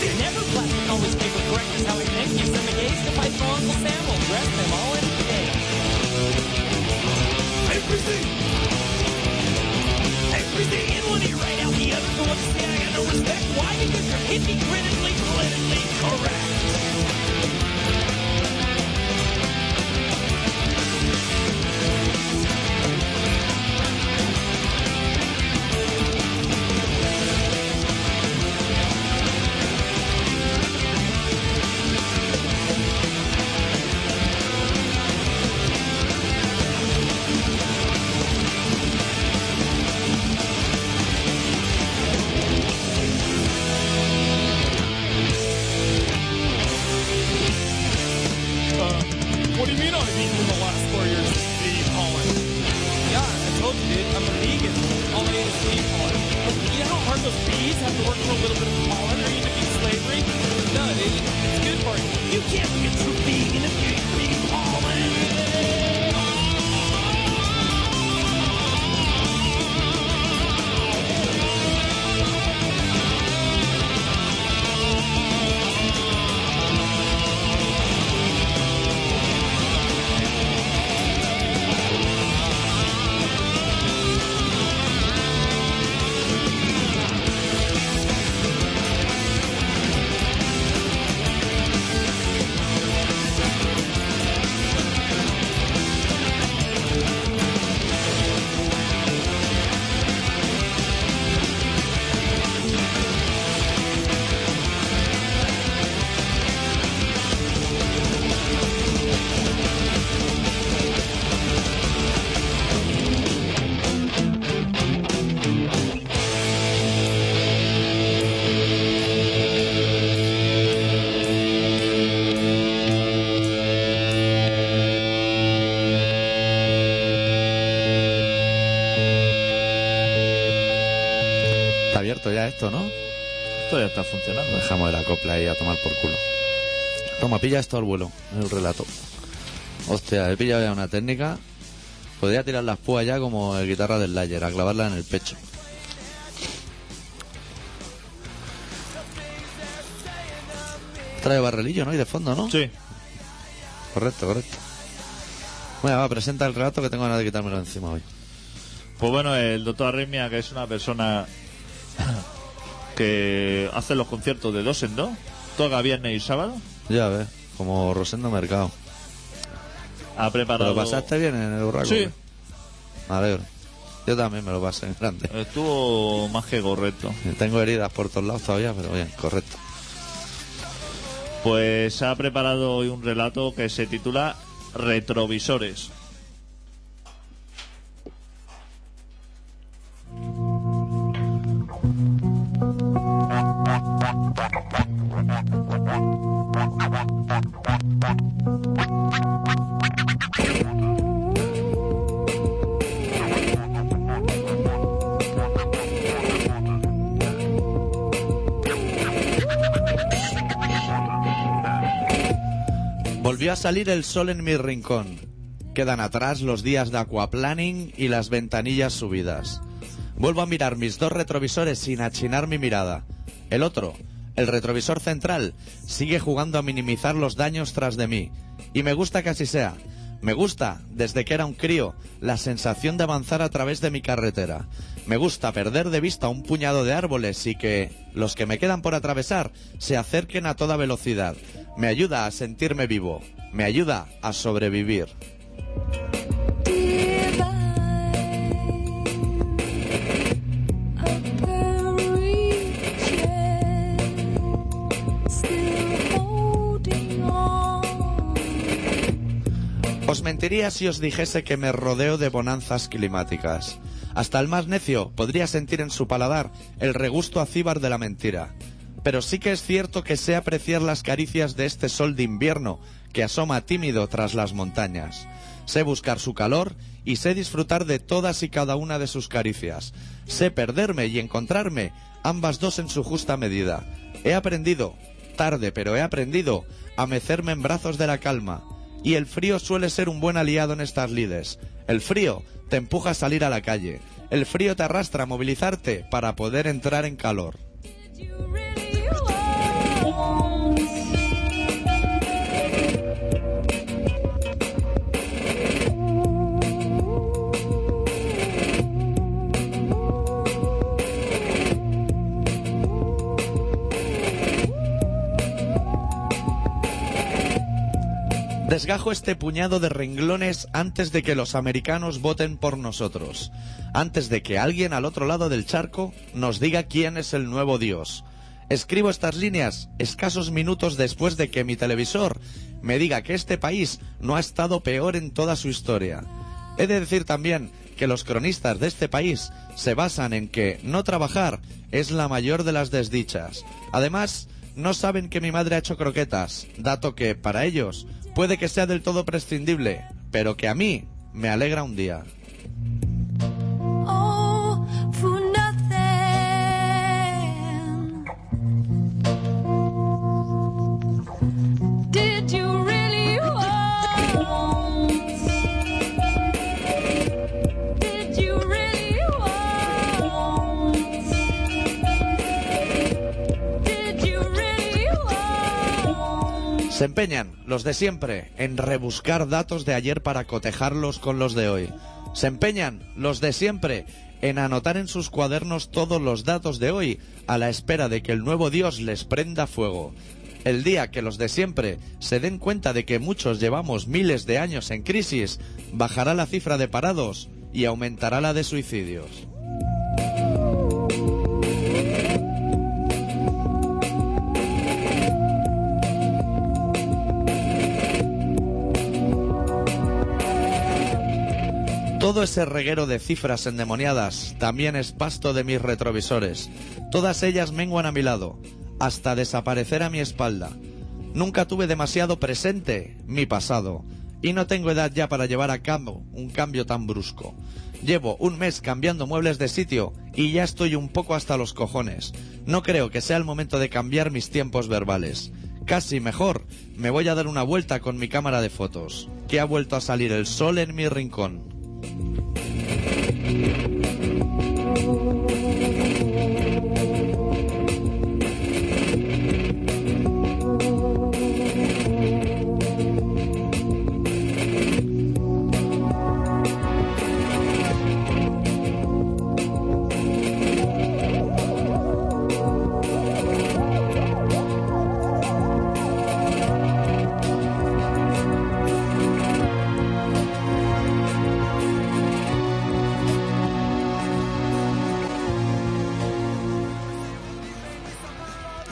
They never plastic, always paper correct is how we think. Gives them a gaze to fight for Uncle Sam. We'll dress them all in pink.
Everything! Everything!
In one ear, right out the other. For what's the I got no respect? Why? Because you're hypocritically, politically correct.
What do you mean I've eaten in the last four years of Steve Holland?
Yeah, I told you, dude. I'm a vegan. All I eat is bee pollen. You know how hard those bees have to work for a little bit of pollen or even in slavery? No, dude. It's good for you.
You can't be a true vegan if you eat vegan pollen!
Está abierto ya esto, ¿no?
Esto ya está funcionando.
Dejamos el acople ahí a tomar por culo. Toma, pilla esto al vuelo, el relato. Hostia, he pillado ya una técnica. Podría tirar las púas ya como el guitarra del Layer, a clavarla en el pecho. trae barrelillo, ¿no? Y de fondo, ¿no?
Sí.
Correcto, correcto. Bueno, va, presenta el relato que tengo ganas de quitármelo encima hoy.
Pues bueno, el doctor Arritmia, que es una persona (coughs) que hace los conciertos de dos en dos, toca viernes y sábado,
Ya ves, como Rosendo Mercado.
ha
¿Te
preparado.
lo pasaste bien en el burraco?
Sí.
Me alegro. Yo también me lo pasé en grande.
Estuvo más que correcto.
Tengo heridas por todos lados todavía, pero bien, correcto.
Pues ha preparado hoy un relato que se titula Retrovisores.
Volvió a salir el sol en mi rincón. Quedan atrás los días de aquaplaning y las ventanillas subidas. Vuelvo a mirar mis dos retrovisores sin achinar mi mirada. El otro, el retrovisor central, sigue jugando a minimizar los daños tras de mí. Y me gusta que así sea. Me gusta, desde que era un crío, la sensación de avanzar a través de mi carretera. Me gusta perder de vista un puñado de árboles y que los que me quedan por atravesar se acerquen a toda velocidad. Me ayuda a sentirme vivo. Me ayuda a sobrevivir. Os mentiría si os dijese que me rodeo de bonanzas climáticas. Hasta el más necio podría sentir en su paladar el regusto acíbar de la mentira. Pero sí que es cierto que sé apreciar las caricias de este sol de invierno que asoma tímido tras las montañas. Sé buscar su calor y sé disfrutar de todas y cada una de sus caricias. Sé perderme y encontrarme, ambas dos en su justa medida. He aprendido, tarde, pero he aprendido a mecerme en brazos de la calma. Y el frío suele ser un buen aliado en estas lides. El frío te empuja a salir a la calle. El frío te arrastra a movilizarte para poder entrar en calor. Desgajo este puñado de renglones antes de que los americanos voten por nosotros, antes de que alguien al otro lado del charco nos diga quién es el nuevo Dios. Escribo estas líneas escasos minutos después de que mi televisor me diga que este país no ha estado peor en toda su historia. He de decir también que los cronistas de este país se basan en que no trabajar es la mayor de las desdichas. Además, no saben que mi madre ha hecho croquetas, dato que, para ellos, puede que sea del todo prescindible, pero que a mí me alegra un día.
Oh, Did you really want? Did you really want? Did you really want?
Se empeñan, los de siempre, en rebuscar datos de ayer para cotejarlos con los de hoy. Se empeñan, los de siempre, en anotar en sus cuadernos todos los datos de hoy a la espera de que el nuevo Dios les prenda fuego. El día que los de siempre se den cuenta de que muchos llevamos miles de años en crisis, bajará la cifra de parados y aumentará la de suicidios. Todo ese reguero de cifras endemoniadas también es pasto de mis retrovisores. Todas ellas menguan a mi lado, hasta desaparecer a mi espalda. Nunca tuve demasiado presente mi pasado, y no tengo edad ya para llevar a cabo un cambio tan brusco. Llevo un mes cambiando muebles de sitio y ya estoy un poco hasta los cojones. No creo que sea el momento de cambiar mis tiempos verbales. Casi mejor, me voy a dar una vuelta con mi cámara de fotos, que ha vuelto a salir el sol en mi rincón.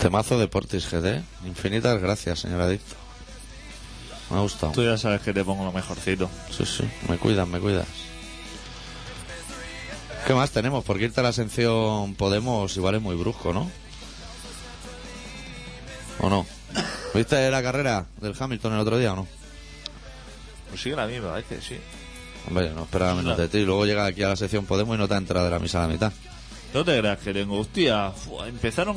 Temazo de Portis GD. Infinitas gracias, señor adicto. Me ha gustado.
Tú ya sabes que te pongo lo mejorcito.
Sí, sí, me cuidas, me cuidas. ¿Qué más tenemos? Porque irte a la sección Podemos igual es muy brusco, ¿no? ¿O no? ¿Viste la carrera del Hamilton el otro día o no?
Pues sigue la misma, es que sí.
Hombre, no esperaba menos
No.
de ti. Luego llega aquí a la sección Podemos y no te ha entrado de la misa a la mitad.
No te creas que tengo. Hostia, fua, empezaron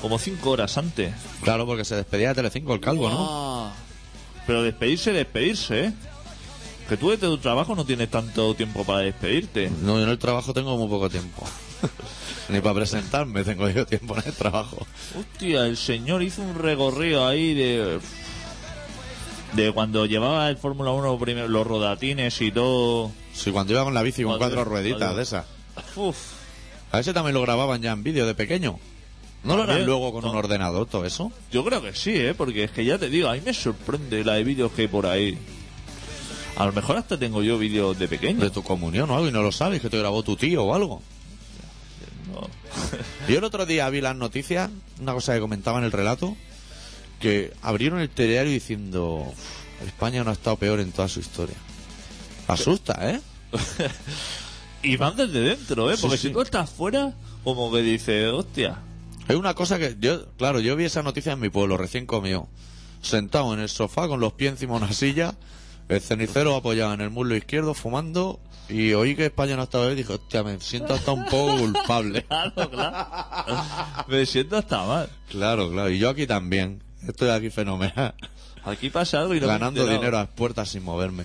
como cinco horas antes.
Claro, porque se despedía de Telecinco el calvo, ¿no?
Ah. Pero despedirse, despedirse, ¿eh? Que tú de tu trabajo no tienes tanto tiempo para despedirte.
No, yo en el trabajo tengo muy poco tiempo. (laughs) Ni para presentarme tengo yo tiempo en el trabajo.
Hostia, el señor hizo un recorrido ahí de. De cuando llevaba el Fórmula 1 primero, los rodatines y todo.
Si cuando iba con la bici con
Madre,
cuatro rueditas
madre.
de esas.
Uf.
A ese también lo grababan ya en vídeo de pequeño. ¿No lo harán
También,
luego con
no.
un ordenador todo eso?
Yo creo que sí, ¿eh? Porque es que ya te digo, a mí me sorprende la de vídeos que hay por ahí. A lo mejor hasta tengo yo vídeos de pequeño.
De tu comunión o algo y no lo sabes, que te grabó tu tío o algo.
No.
Yo el otro día vi las noticias, una cosa que comentaba en el relato, que abrieron el telediario diciendo "Uf, España no ha estado peor en toda su historia. Asusta, ¿eh?
y van desde dentro, ¿eh?
Sí,
Porque
sí.
si tú estás fuera, como que dices, hostia.
Es una cosa que yo, claro, yo vi esa noticia en mi pueblo, recién comió. Sentado en el sofá con los pies encima de una silla, el cenicero apoyado en el muslo izquierdo, fumando, y oí que España no estaba bien y dije, hostia, me siento hasta un poco culpable.
Claro, claro. Me siento hasta mal.
Claro, claro, y yo aquí también. Estoy aquí fenomenal.
Aquí pasa algo y no me he
Ganando
enterado.
dinero a las puertas sin moverme.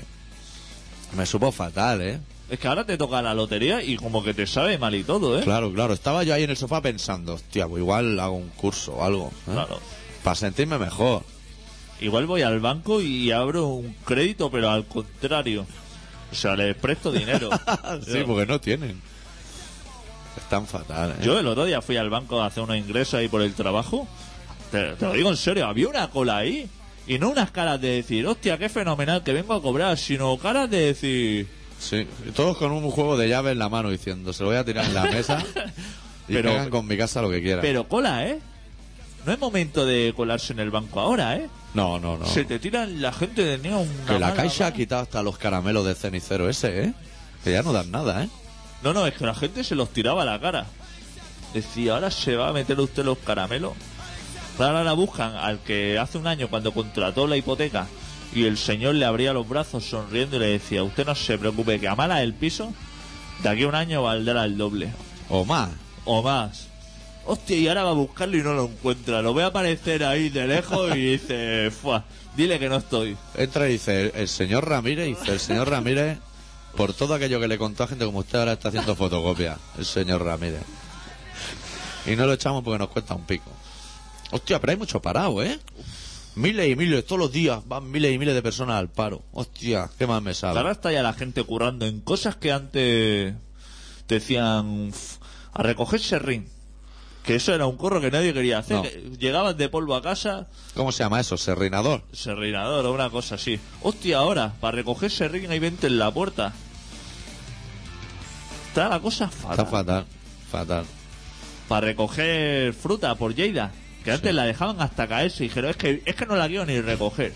Me supo fatal, ¿eh?
Es que ahora te toca la lotería y como que te sabe mal y todo, ¿eh?
Claro, claro. Estaba yo ahí en el sofá pensando, hostia, pues igual hago un curso o algo. ¿eh?
Claro.
Para sentirme mejor.
Igual voy al banco y abro un crédito, pero al contrario. O sea, les presto dinero.
(laughs) Sí, pues. porque no tienen. Están fatal, ¿eh?
Yo el otro día fui al banco a hacer unos ingresos ahí por el trabajo. Te, te lo digo en serio, había una cola ahí. Y no unas caras de decir, hostia, qué fenomenal que vengo a cobrar, sino caras de decir,
Sí. Todos con un juego de llave en la mano diciendo, se lo voy a tirar en la mesa y
Pero-
que hagan con mi casa lo que quieran.
pero cola, ¿eh? No es momento de colarse en el banco ahora, ¿eh?
No, no, no.
Se te tiran la gente de neón. una
Que la
mala
Caixa ha
mano.
quitado hasta los caramelos de cenicero ese, ¿eh? Que ya no dan nada, ¿eh?
No, no, es que la gente se los tiraba a la cara. Decía, ahora se va a meter usted los caramelos. Claro, ahora buscan al que hace un año cuando contrató la hipoteca y el señor le abría los brazos sonriendo y le decía, usted no se preocupe, que a mala el piso, de aquí a un año valdrá el doble.
O más.
O más. Hostia, y ahora va a buscarlo y no lo encuentra. Lo ve aparecer ahí de lejos y dice, fuah, dile que no estoy.
Entra y dice, el señor Ramírez, dice, el señor Ramírez, por todo aquello que le contó a gente como usted ahora está haciendo fotocopia, el señor Ramírez. Y no lo echamos porque nos cuesta un pico. Hostia, pero hay mucho parado, ¿eh? Miles y miles, todos los días van miles y miles de personas al paro. Hostia, qué más me
Ahora
sabe.
está ya la gente currando en cosas que antes decían "Uf, a recogerse ring. Que eso era un corro que nadie quería hacer.
No.
que Llegabas de polvo a casa,
¿Cómo se llama eso? Serrinador.
serrinador o una cosa así. Hostia, ahora, para recogerse ring hay 20 en la puerta. Está la cosa
Está
fatal.
fatal, fatal.
para recoger fruta por Lleida. Que antes la dejaban hasta caerse y dijeron, es que, es que no la quiero ni recoger.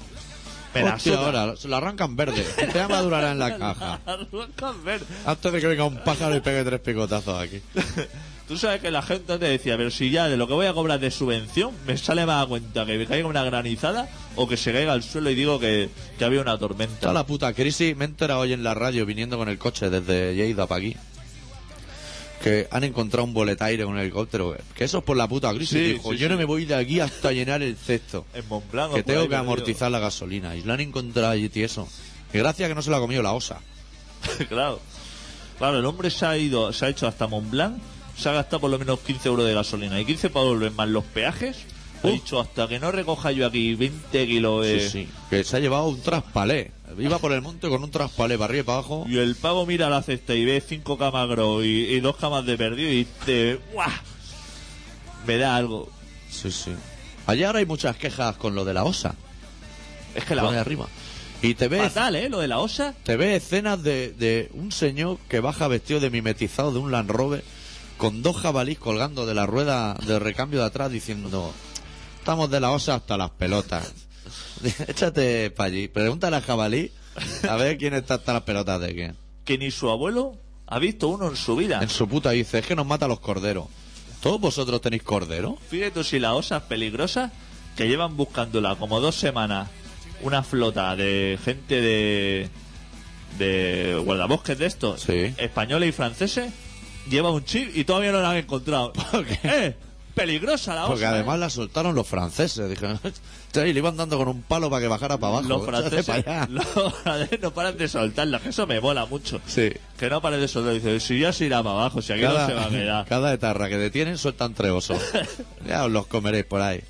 Me la
Hostia,
suda.
ahora, se la arrancan verde. Te madurará en la
(laughs)
caja.
Arrancan verde.
Antes de que venga un pájaro y pegue tres picotazos aquí.
Tú sabes que la gente te decía, pero si ya de lo que voy a cobrar de subvención me sale más a cuenta que me caiga una granizada o que se caiga al suelo y digo que, que había una
Toda
tormenta.
la puta crisis me he enterado hoy en la radio viniendo con el coche desde Lleida para aquí. Que han encontrado un boletaire con un helicóptero. Que eso es por la puta crisis.
Sí,
dijo,
sí,
yo
sí.
no me voy de aquí hasta llenar el
(laughs)
cesto.
En
que
Montblanc. por ahí
tengo que
perdido.
amortizar la gasolina. Y lo han encontrado allí tieso. Y gracias que no se lo ha comido la osa.
(laughs) claro. Claro, el hombre se ha ido, se ha hecho hasta Montblanc, se ha gastado por lo menos 15 euros de gasolina y 15 para volver más los peajes. He
Uh.
dicho, hasta que no recoja yo aquí 20 kilos de...
Sí, sí. Que se ha llevado un traspalé. Iba por el monte con un traspalé para arriba y para abajo.
Y el pavo mira la cesta y ve cinco camas gros y, y dos camas de perdido y dice, ¡guau! Me da algo.
Sí, sí. Allá ahora hay muchas quejas con lo de la osa.
Es que
La
la
de arriba. Y te ves
Fatal, ¿eh? Lo de la osa.
Te ves escenas de, de un señor que baja vestido de mimetizado de un Land Rover con dos jabalís colgando de la rueda del recambio de atrás diciendo, estamos de la osa hasta las pelotas. (laughs) Échate para allí, pregúntale al jabalí a ver quién está hasta las pelotas de quién.
Que ni su abuelo ha visto uno en su vida.
En su puta dice, es que nos mata a los corderos. ¿Todos vosotros tenéis cordero?
Fíjate tú si las osas peligrosas que llevan buscándola como dos semanas una flota de gente de de guardabosques de estos
Sí.
españoles y franceses lleva un chip y todavía no la han
(laughs)
encontrado.
¿Por qué?
¡Eh! Peligrosa la ¿eh? osa.
Porque además la soltaron los franceses. Dijeron, (laughs) "Che, y le iban dando con un palo para que bajara para abajo.
Los
(laughs) Échate
franceses
pa' allá".
(laughs) los franceses no paran de soltarla, que eso me mola mucho.
Sí.
Que no paran de soltar. Dice, si ya se irá para abajo, si aquí no se
(laughs)
va a quedar.
cada etarra que detienen sueltan tres
(laughs)
osos. ya os los comeréis por ahí.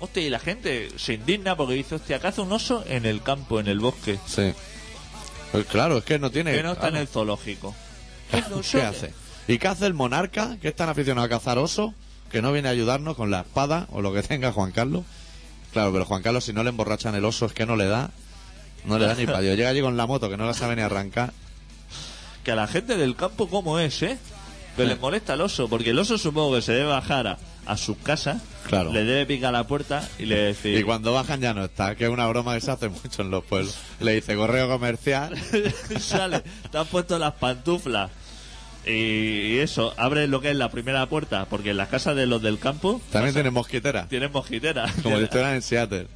Hostia, y la gente se indigna porque dice, hostia, caza un oso en el campo, en el bosque.
Sí. Pues claro, es que no tiene.
Que no está en el
claro.
zoológico.
¿Qué hace? ¿Y qué hace el monarca, que es tan aficionado a cazar osos, que no viene a ayudarnos con la espada o lo que tenga Juan Carlos? Claro, pero Juan Carlos, si no le emborrachan el oso, es que no le da. No le da ni para Dios. Llega allí con la moto, que no la sabe ni arrancar.
Que a la gente del campo, ¿cómo es, eh? Que le molesta el oso, porque el oso supongo que se debe bajar a, a sus casas,
Claro.
le debe picar la puerta y le
Y
decir...
cuando bajan ya no está, que es una broma que se hace mucho en los pueblos. Le dice correo
(laughs)
comercial.
(laughs) sale, te han puesto las pantuflas. Y, y eso, abre lo que es la primera puerta, porque en las casas de los del campo
También tiene mosquitera,
tienen mosquiteras. (laughs)
como si estuvieran en Seattle.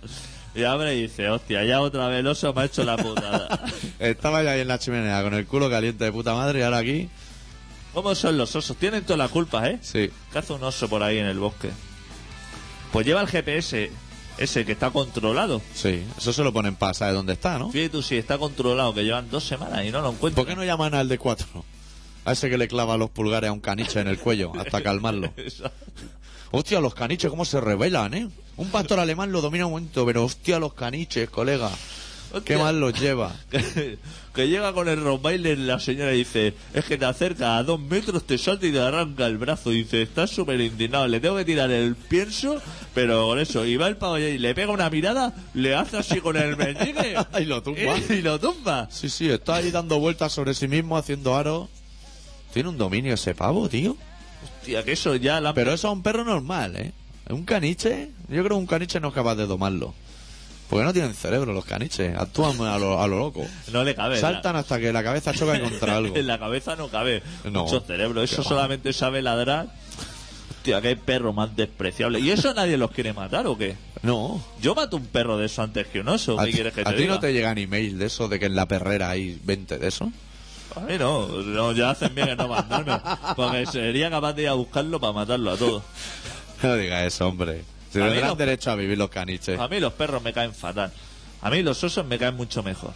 Y abre y dice, hostia, ya otra vez el oso me ha hecho la putada.
(laughs) Estaba yo ahí en la chimenea con el culo caliente de puta madre y ahora aquí.
¿Cómo son los osos? Tienen todas las culpas, ¿eh?
Sí.
Caza un oso por ahí en el bosque. Pues lleva el GPS ese que está controlado.
Sí, eso se lo ponen para saber dónde está, ¿no?
Fíjate tú si está controlado, que llevan dos semanas y no lo encuentran.
¿Por qué no llaman al de cuatro? A ese que le clava los pulgares a un caniche en el cuello hasta calmarlo.
(laughs)
Hostia, los caniches, cómo se rebelan, ¿eh? Un pastor alemán lo domina un momento, pero hostia, los caniches, colega. Qué
Hostia.
mal los lleva.
que, que llega con el rombaile la señora y dice, es que te acerca a dos metros, te salta y te arranca el brazo. Y dice, está súper indignado, le tengo que tirar el pienso, pero con eso. Y va el pavo y le pega una mirada, le hace así con el meñique.
(laughs) Y lo tumba.
(laughs) Y lo tumba.
Sí, sí, está ahí dando vueltas sobre sí mismo, haciendo aro. Tiene un dominio ese pavo, tío.
Hostia, que eso ya la...
Pero eso a un perro normal, ¿eh? Un caniche, yo creo que un caniche no es capaz de domarlo. Porque no tienen cerebro los caniches, actúan a lo, a lo loco.
No le cabe. la- (laughs)
Saltan hasta que la cabeza choca contra algo.
En (laughs) la cabeza no cabe
No.
mucho cerebro. Eso
Qué va.
solamente sabe ladrar. Hostia, qué perro más despreciable. ¿Y eso nadie los quiere matar o qué?
No.
Yo mato un perro de eso antes que un oso.
a
¿Qué
ti-
quieres que
a
te
ti
diga?
no te llegan email de eso, de que en la perrera hay 20 de eso. (laughs)
A mí no. no. Ya hacen bien en no mandarme. Porque sería capaz de ir a buscarlo para matarlo a todos.
No digas eso, hombre. Si
A mí
tendrán
no-
derecho a vivir los caniches.
A mí los perros me caen fatal. A mí los osos me caen mucho mejor.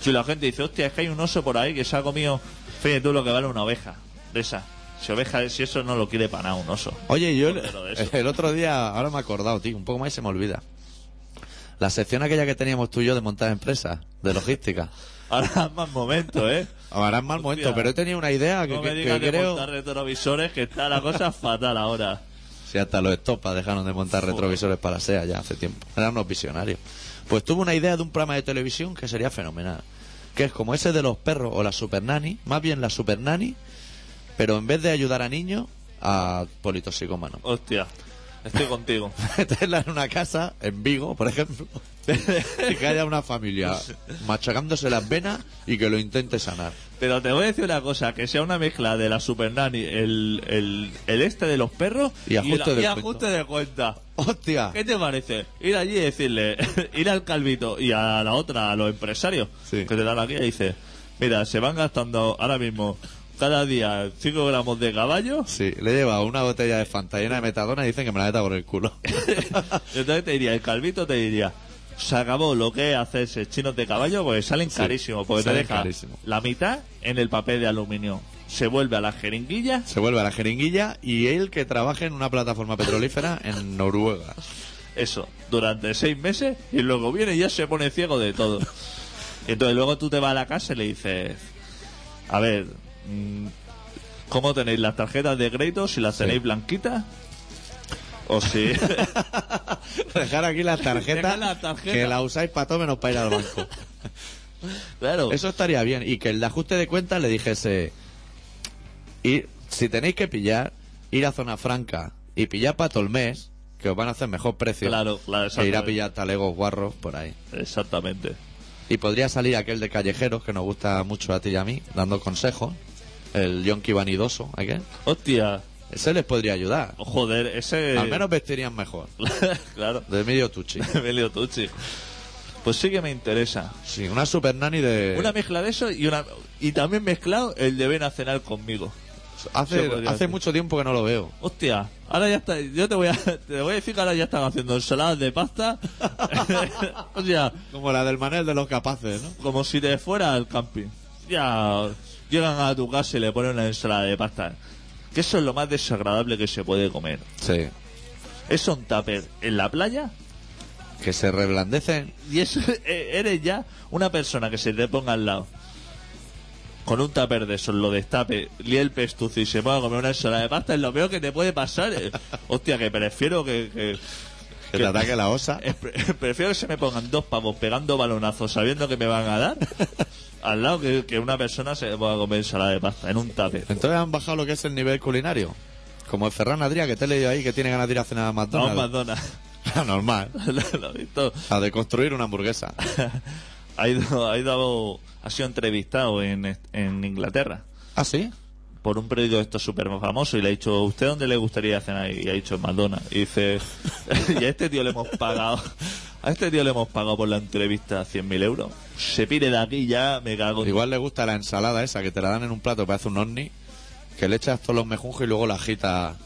Si la gente dice, hostia, es que hay un oso por ahí que se ha comido... Fíjate tú lo que vale una oveja. De esa. Si oveja, si eso no lo quiere para nada un oso.
Oye, yo el,
Pero de eso.
el otro día, ahora me he acordado, tío, un poco más y se me olvida. La sección aquella que teníamos tú y yo de montar empresas, de logística.
Ahora (laughs) más momentos, ¿eh?
Ahora es mal momento,
Hostia.
pero he tenido una idea Ah, que,
No
que-
me
que
digas que
creo...
montar retrovisores, que está la cosa fatal ahora.
Si hasta los estopas dejaron de montar retrovisores para SEA ya hace tiempo. Eran unos visionarios. Pues tuve una idea de un programa de televisión que sería fenomenal. Que es como ese de los perros o la super nani, más bien la super nani, pero en vez de ayudar a niños, a politoxicómanos. (laughs)
Hostia, estoy contigo.
meterla en una casa, en Vigo, por ejemplo, (laughs) y que haya una familia machacándose las venas y que lo intente sanar.
Pero te voy a decir una cosa, que sea una mezcla de la Super Nanny, el, el, el este de los perros
Y ajuste
la-
de
y
cuenta.
ajuste de cuenta.
¡Hostia!
¿Qué te parece? Ir allí y decirle, (laughs) ir al calvito y a la otra, a los empresarios,
Sí.
que te dan aquí y dice, mira, se van gastando ahora mismo cada día 5 gramos de caballo.
Sí, le lleva una botella de Fanta llena de metadona y dicen que me la meta por el culo. (laughs)
(laughs) Entonces te diría, el calvito te diría, se acabó lo que es hacerse chinos de caballo porque salen carísimos, porque te
salen
deja
carísimos.
la mitad en el papel de aluminio. Se vuelve a las jeringuillas,
Se vuelve a la jeringuilla y él que trabaja en una plataforma petrolífera en Noruega.
eso, durante seis meses y luego viene y ya se pone ciego
(laughs)
de todo. Entonces luego tú te vas a la casa y le dices, a ver, mm, ¿cómo tenéis las tarjetas de crédito? Si las tenéis blanquitas o
(laughs)
si... (laughs)
Dejar aquí las tarjetas
Dejar las tarjetas.
que la usáis para todo menos para ir al banco.
claro. Oh.
Eso estaría bien. Y que el de ajuste de cuentas le dijese... Ir, si tenéis que pillar, ir a Zona Franca y pillar para todo el mes, que os van a hacer mejor precio.
Claro, claro,
E ir a
exactamente.
pillar talegos guarros por ahí.
Exactamente.
Y podría salir aquel de callejeros que nos gusta mucho a ti y a mí, dando consejos. El yonki vanidoso, aquel.
Hostia,
Ese les podría ayudar.
joder, ese.
Al menos vestirían mejor.
(laughs) claro,
De Emilio Tucci.
Emilio Tucci. Pues sí que me interesa.
Sí, una super nani de.
Una mezcla de eso y una y también mezclado el de ven a cenar conmigo.
hace
se podría
hace
hacer.
mucho tiempo que no lo veo.
Hostia, ahora ya está. Yo te voy a, (laughs) te voy a decir que ahora ya están haciendo ensaladas de pasta. (laughs) o sea,
Como la del Manel de los capaces, ¿no?
como si te fuera al camping. Ya llegan a tu casa y le ponen una ensalada de pasta. Que eso es lo más desagradable que se puede comer.
Sí.
Es un tupper en la playa
Que se reblandecen.
y eso (laughs) e- eres ya una persona que se te ponga al lado con un tupper de eso, lo destape, lie el pestuzo y se ponga a comer una ensalada de pasta, es lo peor que te puede pasar.
(laughs)
Eh, Hostia, que prefiero que... que-
Que te ataque la osa.
eh, pre- (laughs) Prefiero que se me pongan dos pavos pegando balonazos sabiendo que me van
(laughs)
a dar al lado que, que una persona se ponga a comer ensalada de pasta en un tupper.
Entonces han bajado lo que es el nivel culinario. Como el Ferran Adrià, que te he leído ahí, que tiene ganas de ir a cenar a
No,
McDonald's.
McDonald's.
(laughs) Normal.
(laughs) Lo- lo he visto.
A deconstruir una hamburguesa.
Ha ido, ha ido, ha sido entrevistado en, est- en Inglaterra.
¿Ah, sí?
por un periódico de estos súper famoso y le ha dicho, ¿usted dónde le gustaría cenar? Y ha dicho, en McDonald's. Y dice, (laughs) y a este tío le hemos pagado, a este tío le hemos pagado por la entrevista 100.000 euros. Se pide de aquí ya, me cago en...
Igual le gusta la ensalada esa que te la dan en un plato, parece un ovni, que le echas todos los mejunjes y luego la agita.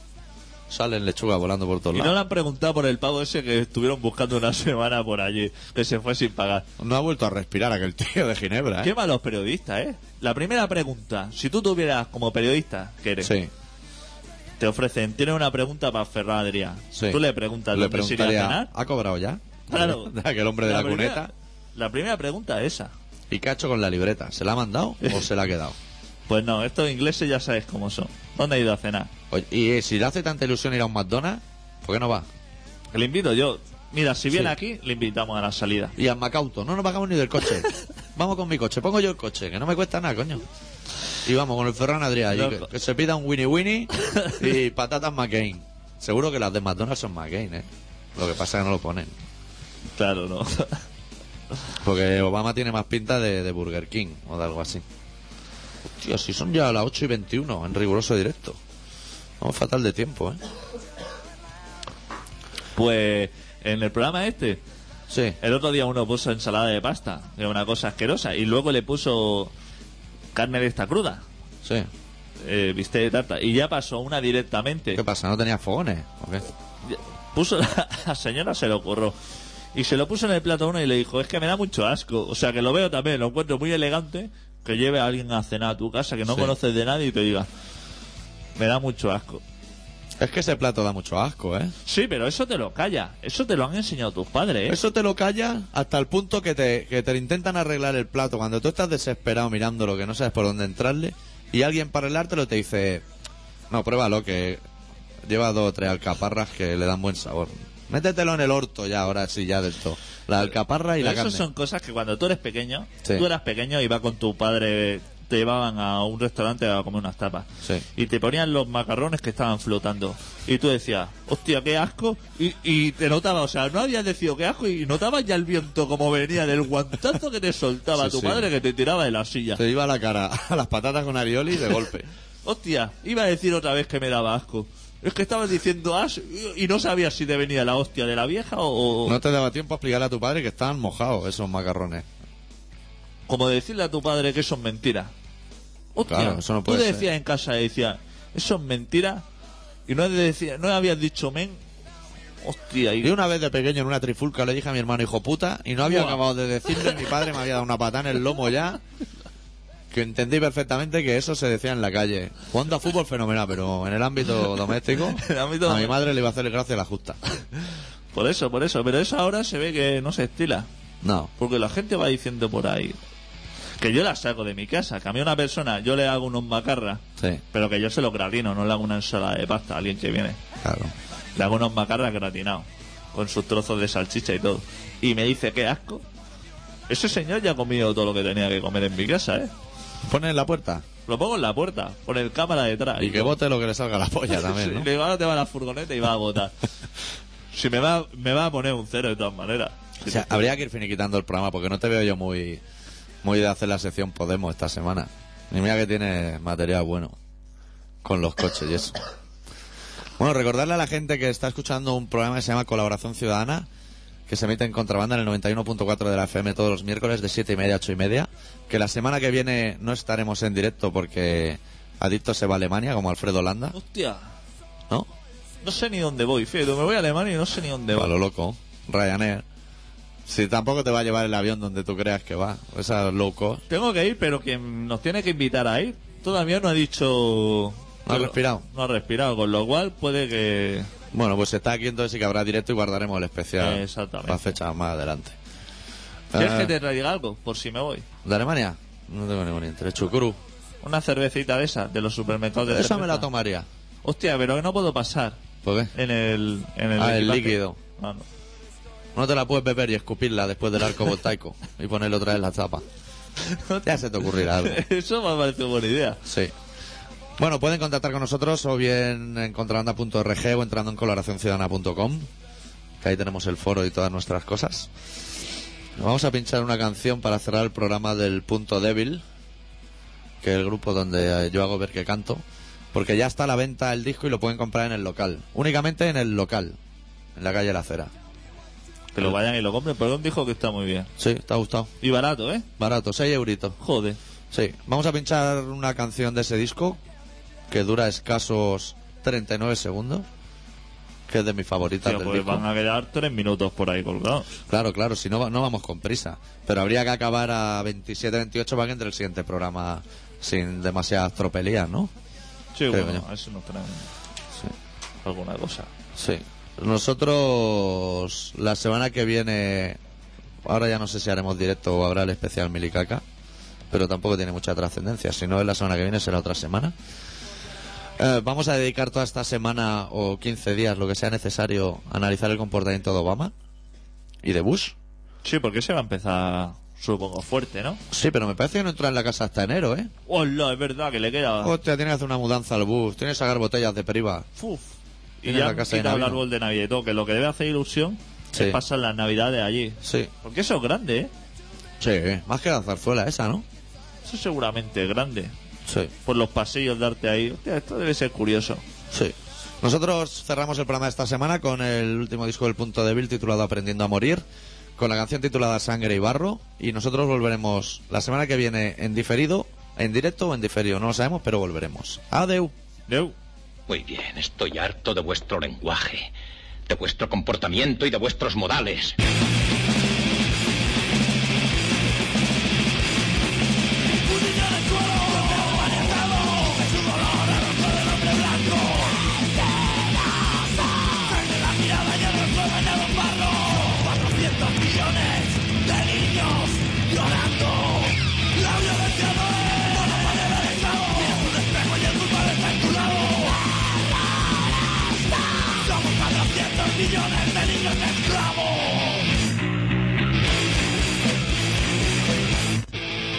Salen lechuga volando por todos
Y no
lados.
le han preguntado por el pago ese que estuvieron buscando una (laughs) semana por allí, que se fue sin pagar.
No ha vuelto a respirar aquel tío de Ginebra,
Qué
¿eh?
malos periodistas, ¿eh? La primera pregunta, si tú tuvieras como periodista, que eres,
Sí.
te ofrecen, tienes una pregunta para Ferran Adrià.
Sí.
Tú le preguntas,
Le
¿dónde se iría a
preguntaría,
cenar?
¿ha cobrado ya?
Claro.
(laughs) Aquel hombre de la,
primera-
cuneta.
La primera pregunta es esa.
¿Y qué ha hecho con la libreta? ¿Se la ha mandado o se la ha
(laughs)
quedado?
Pues no, estos ingleses ya sabes cómo son. ¿Dónde ha ido a cenar?
Oye, y eh, si le hace tanta ilusión ir a un McDonald's, ¿por qué no va?
Le invito yo. Mira, si viene
Sí.
aquí, le invitamos a la salida.
Y al Macauto, no nos pagamos ni del coche. vamos con mi coche, pongo yo el coche, que no me cuesta nada, coño. Y vamos con el Ferran Adrià, allí,
No,
que,
co-
que se pida un Winnie Winnie y patatas McCain. Seguro que las de McDonald's son McCain, ¿eh? Lo que pasa es que no lo ponen.
Claro, no.
Porque Obama tiene más pinta de, de Burger King o de algo así. Hostia, si son ya las 8 y 21 en riguroso directo. Vamos fatal de tiempo, ¿eh?
(laughs) Pues en el programa este,
Sí.
el otro día uno puso ensalada de pasta, que es una cosa asquerosa, y luego le puso carne de esta cruda,
Sí.
eh, bistec de tarta, y ya pasó una directamente.
¿Qué pasa? ¿No tenía fogones? ¿O qué?
Ya- Puso la, (laughs) la señora se lo ocurrió. Y se lo puso en el plato uno y le dijo, es que me da mucho asco. O sea, que lo veo también, lo encuentro muy elegante, que lleve a alguien a cenar a tu casa que no
Sí.
conoces de nadie y te diga, me da mucho asco.
Es que ese plato da mucho asco, ¿eh?
Sí, pero eso te lo calla, eso te lo han enseñado tus padres. ¿eh?
Eso te lo calla hasta el punto que te, que te intentan arreglar el plato. Cuando tú estás desesperado mirándolo, que no sabes por dónde entrarle, y alguien para arreglártelo te dice: No, pruébalo, que lleva dos o tres alcaparras que le dan buen sabor. Métetelo en el orto ya, ahora sí, ya del todo. La alcaparra y
Pero
la
eso
carne.
son cosas que cuando tú eres pequeño,
Sí.
tú eras pequeño, iba con tu padre, te llevaban a un restaurante a comer unas tapas.
Sí.
Y te ponían los macarrones que estaban flotando. Y tú decías, hostia, qué asco. Y, y te notabas, o sea, no habías decidido qué asco y notabas ya el viento como venía del guantazo que te soltaba
Sí,
tu
sí.
padre que te tiraba de la silla.
Te iba la cara (laughs) a las patatas con arioli de golpe.
(laughs) Hostia, iba a decir otra vez que me daba asco. Es que estabas diciendo as y, y no sabías si te venía la hostia de la vieja o, o-
No te daba tiempo a explicarle a tu padre que estaban mojados esos macarrones.
como decirle a tu padre que eso es mentira. Hostia,
Claro, eso no
tú
puede
le
ser.
decías en casa y decías, eso es mentira, y no, decía, no habías dicho men, hostia, y,
Yo una vez de pequeño en una trifulca le dije a mi hermano hijo puta y no había
Buah.
acabado de decirle, mi padre me había dado una patada en el lomo ya, que entendí perfectamente que eso se decía en la calle. Cuando a fútbol fenomenal, pero en el ámbito
(laughs)
doméstico
El ámbito
a mi
doméstico.
madre le iba a hacer gracia la justa.
por eso, por eso, pero eso ahora se ve que no se estila,
No.
porque la gente va diciendo por ahí, que yo la saco de mi casa, que a mí una persona, yo le hago unos macarras,
Sí,
pero que yo se los gratino, no le hago una ensalada de pasta a alguien que viene.
claro.
Le hago unos macarras gratinados, con sus trozos de salchicha y todo. Y me dice, qué asco. Ese señor ya ha comido todo lo que tenía que comer en mi casa, ¿eh?
¿Pone en la puerta?
Lo pongo en la puerta, con el cámara detrás.
Y que bote lo que le salga la polla
(laughs) Sí,
también, ¿no?
Le digo, ahora te va la furgoneta y va
(laughs)
a votar. si me va, me va a poner un cero de todas maneras.
O sea, habría que ir finiquitando el programa porque no te veo yo muy, muy de hacer la sección Podemos esta semana. Y mira que tiene material bueno con los coches y eso. Bueno, recordarle a la gente que está escuchando un programa que se llama Colaboración Ciudadana, que se emite en contrabanda en el 91.4 de la FM todos los miércoles de 7 y media a 8 y media, que la semana que viene no estaremos en directo porque Adicto se va a Alemania, como Alfredo Landa,
Hostia,
¿no?
no sé ni dónde voy, fíjate. Me voy a Alemania y no sé ni dónde
A
voy.
lo loco. Ryanair. Si tampoco te va a llevar el avión donde tú creas que va. Esa low cost.
Tengo que ir, pero quien nos tiene que invitar a ir todavía no ha dicho.
No ha respirado.
No ha respirado, con lo cual puede que.
Bueno, pues está aquí entonces sí que habrá directo y guardaremos el especial.
Exactamente.
Para fechas más adelante.
¿Quieres
Ah,
que te traiga algo? Por si me voy.
¿De Alemania? No tengo ningún interés. Chucuru.
Una cervecita de esa, de los supermercados de
Esa me la
cerveza.
tomaría. Pues
Hostia, pero que no puedo pasar
¿Por qué?
en el. En el,
Ah, el
equipaje.
líquido.
Ah, no.
No te la puedes beber y escupirla después del arco voltaico y ponerle otra vez la
(laughs)
tapa. Ya se te ocurrirá algo.
Eso me ha parecido buena idea.
Sí. Bueno, pueden contactar con nosotros o bien en contrabanda.org o entrando en coloracionciudadana.com, que ahí tenemos el foro y todas nuestras cosas. Nos Vamos a pinchar una canción para cerrar el programa del Punto Débil, que es el grupo donde eh, yo hago ver que canto, porque ya está a la venta el disco y lo pueden comprar en el local, únicamente en el local, en la calle La Acera.
Que lo vayan y lo compren, pero dijo que está muy bien.
Sí, ¿te ha gustado?
Y barato, ¿eh?
Barato, 6 euritos.
Joder.
Sí, vamos a pinchar una canción de ese disco que dura escasos 39 segundos, que es de mis favoritas
Tío,
del
pues
disco.
van a quedar tres minutos por ahí colgados.
Claro, claro, si no, va- no vamos con prisa, pero habría que acabar a 27, 28 para que entre el siguiente programa sin demasiadas tropelías, ¿no?
Sí,
Creo
bueno,
yo.
a eso nos traen alguna cosa.
Sí. Nosotros la semana que viene, ahora ya no sé si haremos directo o habrá el especial Milicaca, pero tampoco tiene mucha trascendencia. Si no es la semana que viene, será otra semana. Eh, vamos a dedicar toda esta semana o 15 días, lo que sea necesario, a analizar el comportamiento de Obama y de Bush.
Sí, porque se va a empezar, supongo, fuerte, ¿no?
Sí, pero me parece que no entra en la casa hasta enero, ¿eh?
¡Hola! Es verdad que le queda.
Ah. Hostia, tiene que hacer una mudanza al Bush, tiene que sacar botellas de priva.
¡Fuf! Y
Tiene
ya
la
han
casa de
quitado el
Navidad.
árbol de Navidad y todo, que lo que debe hacer ilusión
Sí.
es pasar las Navidades allí.
Sí,
Porque eso es grande, ¿eh?
sí, más que la zarzuela esa, ¿no?
Eso seguramente es grande.
Sí.
Por los pasillos darte ahí. Hostia, esto debe ser curioso.
Sí. Nosotros cerramos el programa de esta semana con el último disco del Punto Débil titulado Aprendiendo a Morir, con la canción titulada Sangre y Barro, y nosotros volveremos la semana que viene en diferido, en directo o en diferido, no lo sabemos, pero volveremos. Adeu.
Deu.
Muy bien, estoy harto de vuestro lenguaje, de vuestro comportamiento y de vuestros modales.
millones de niños esclavos.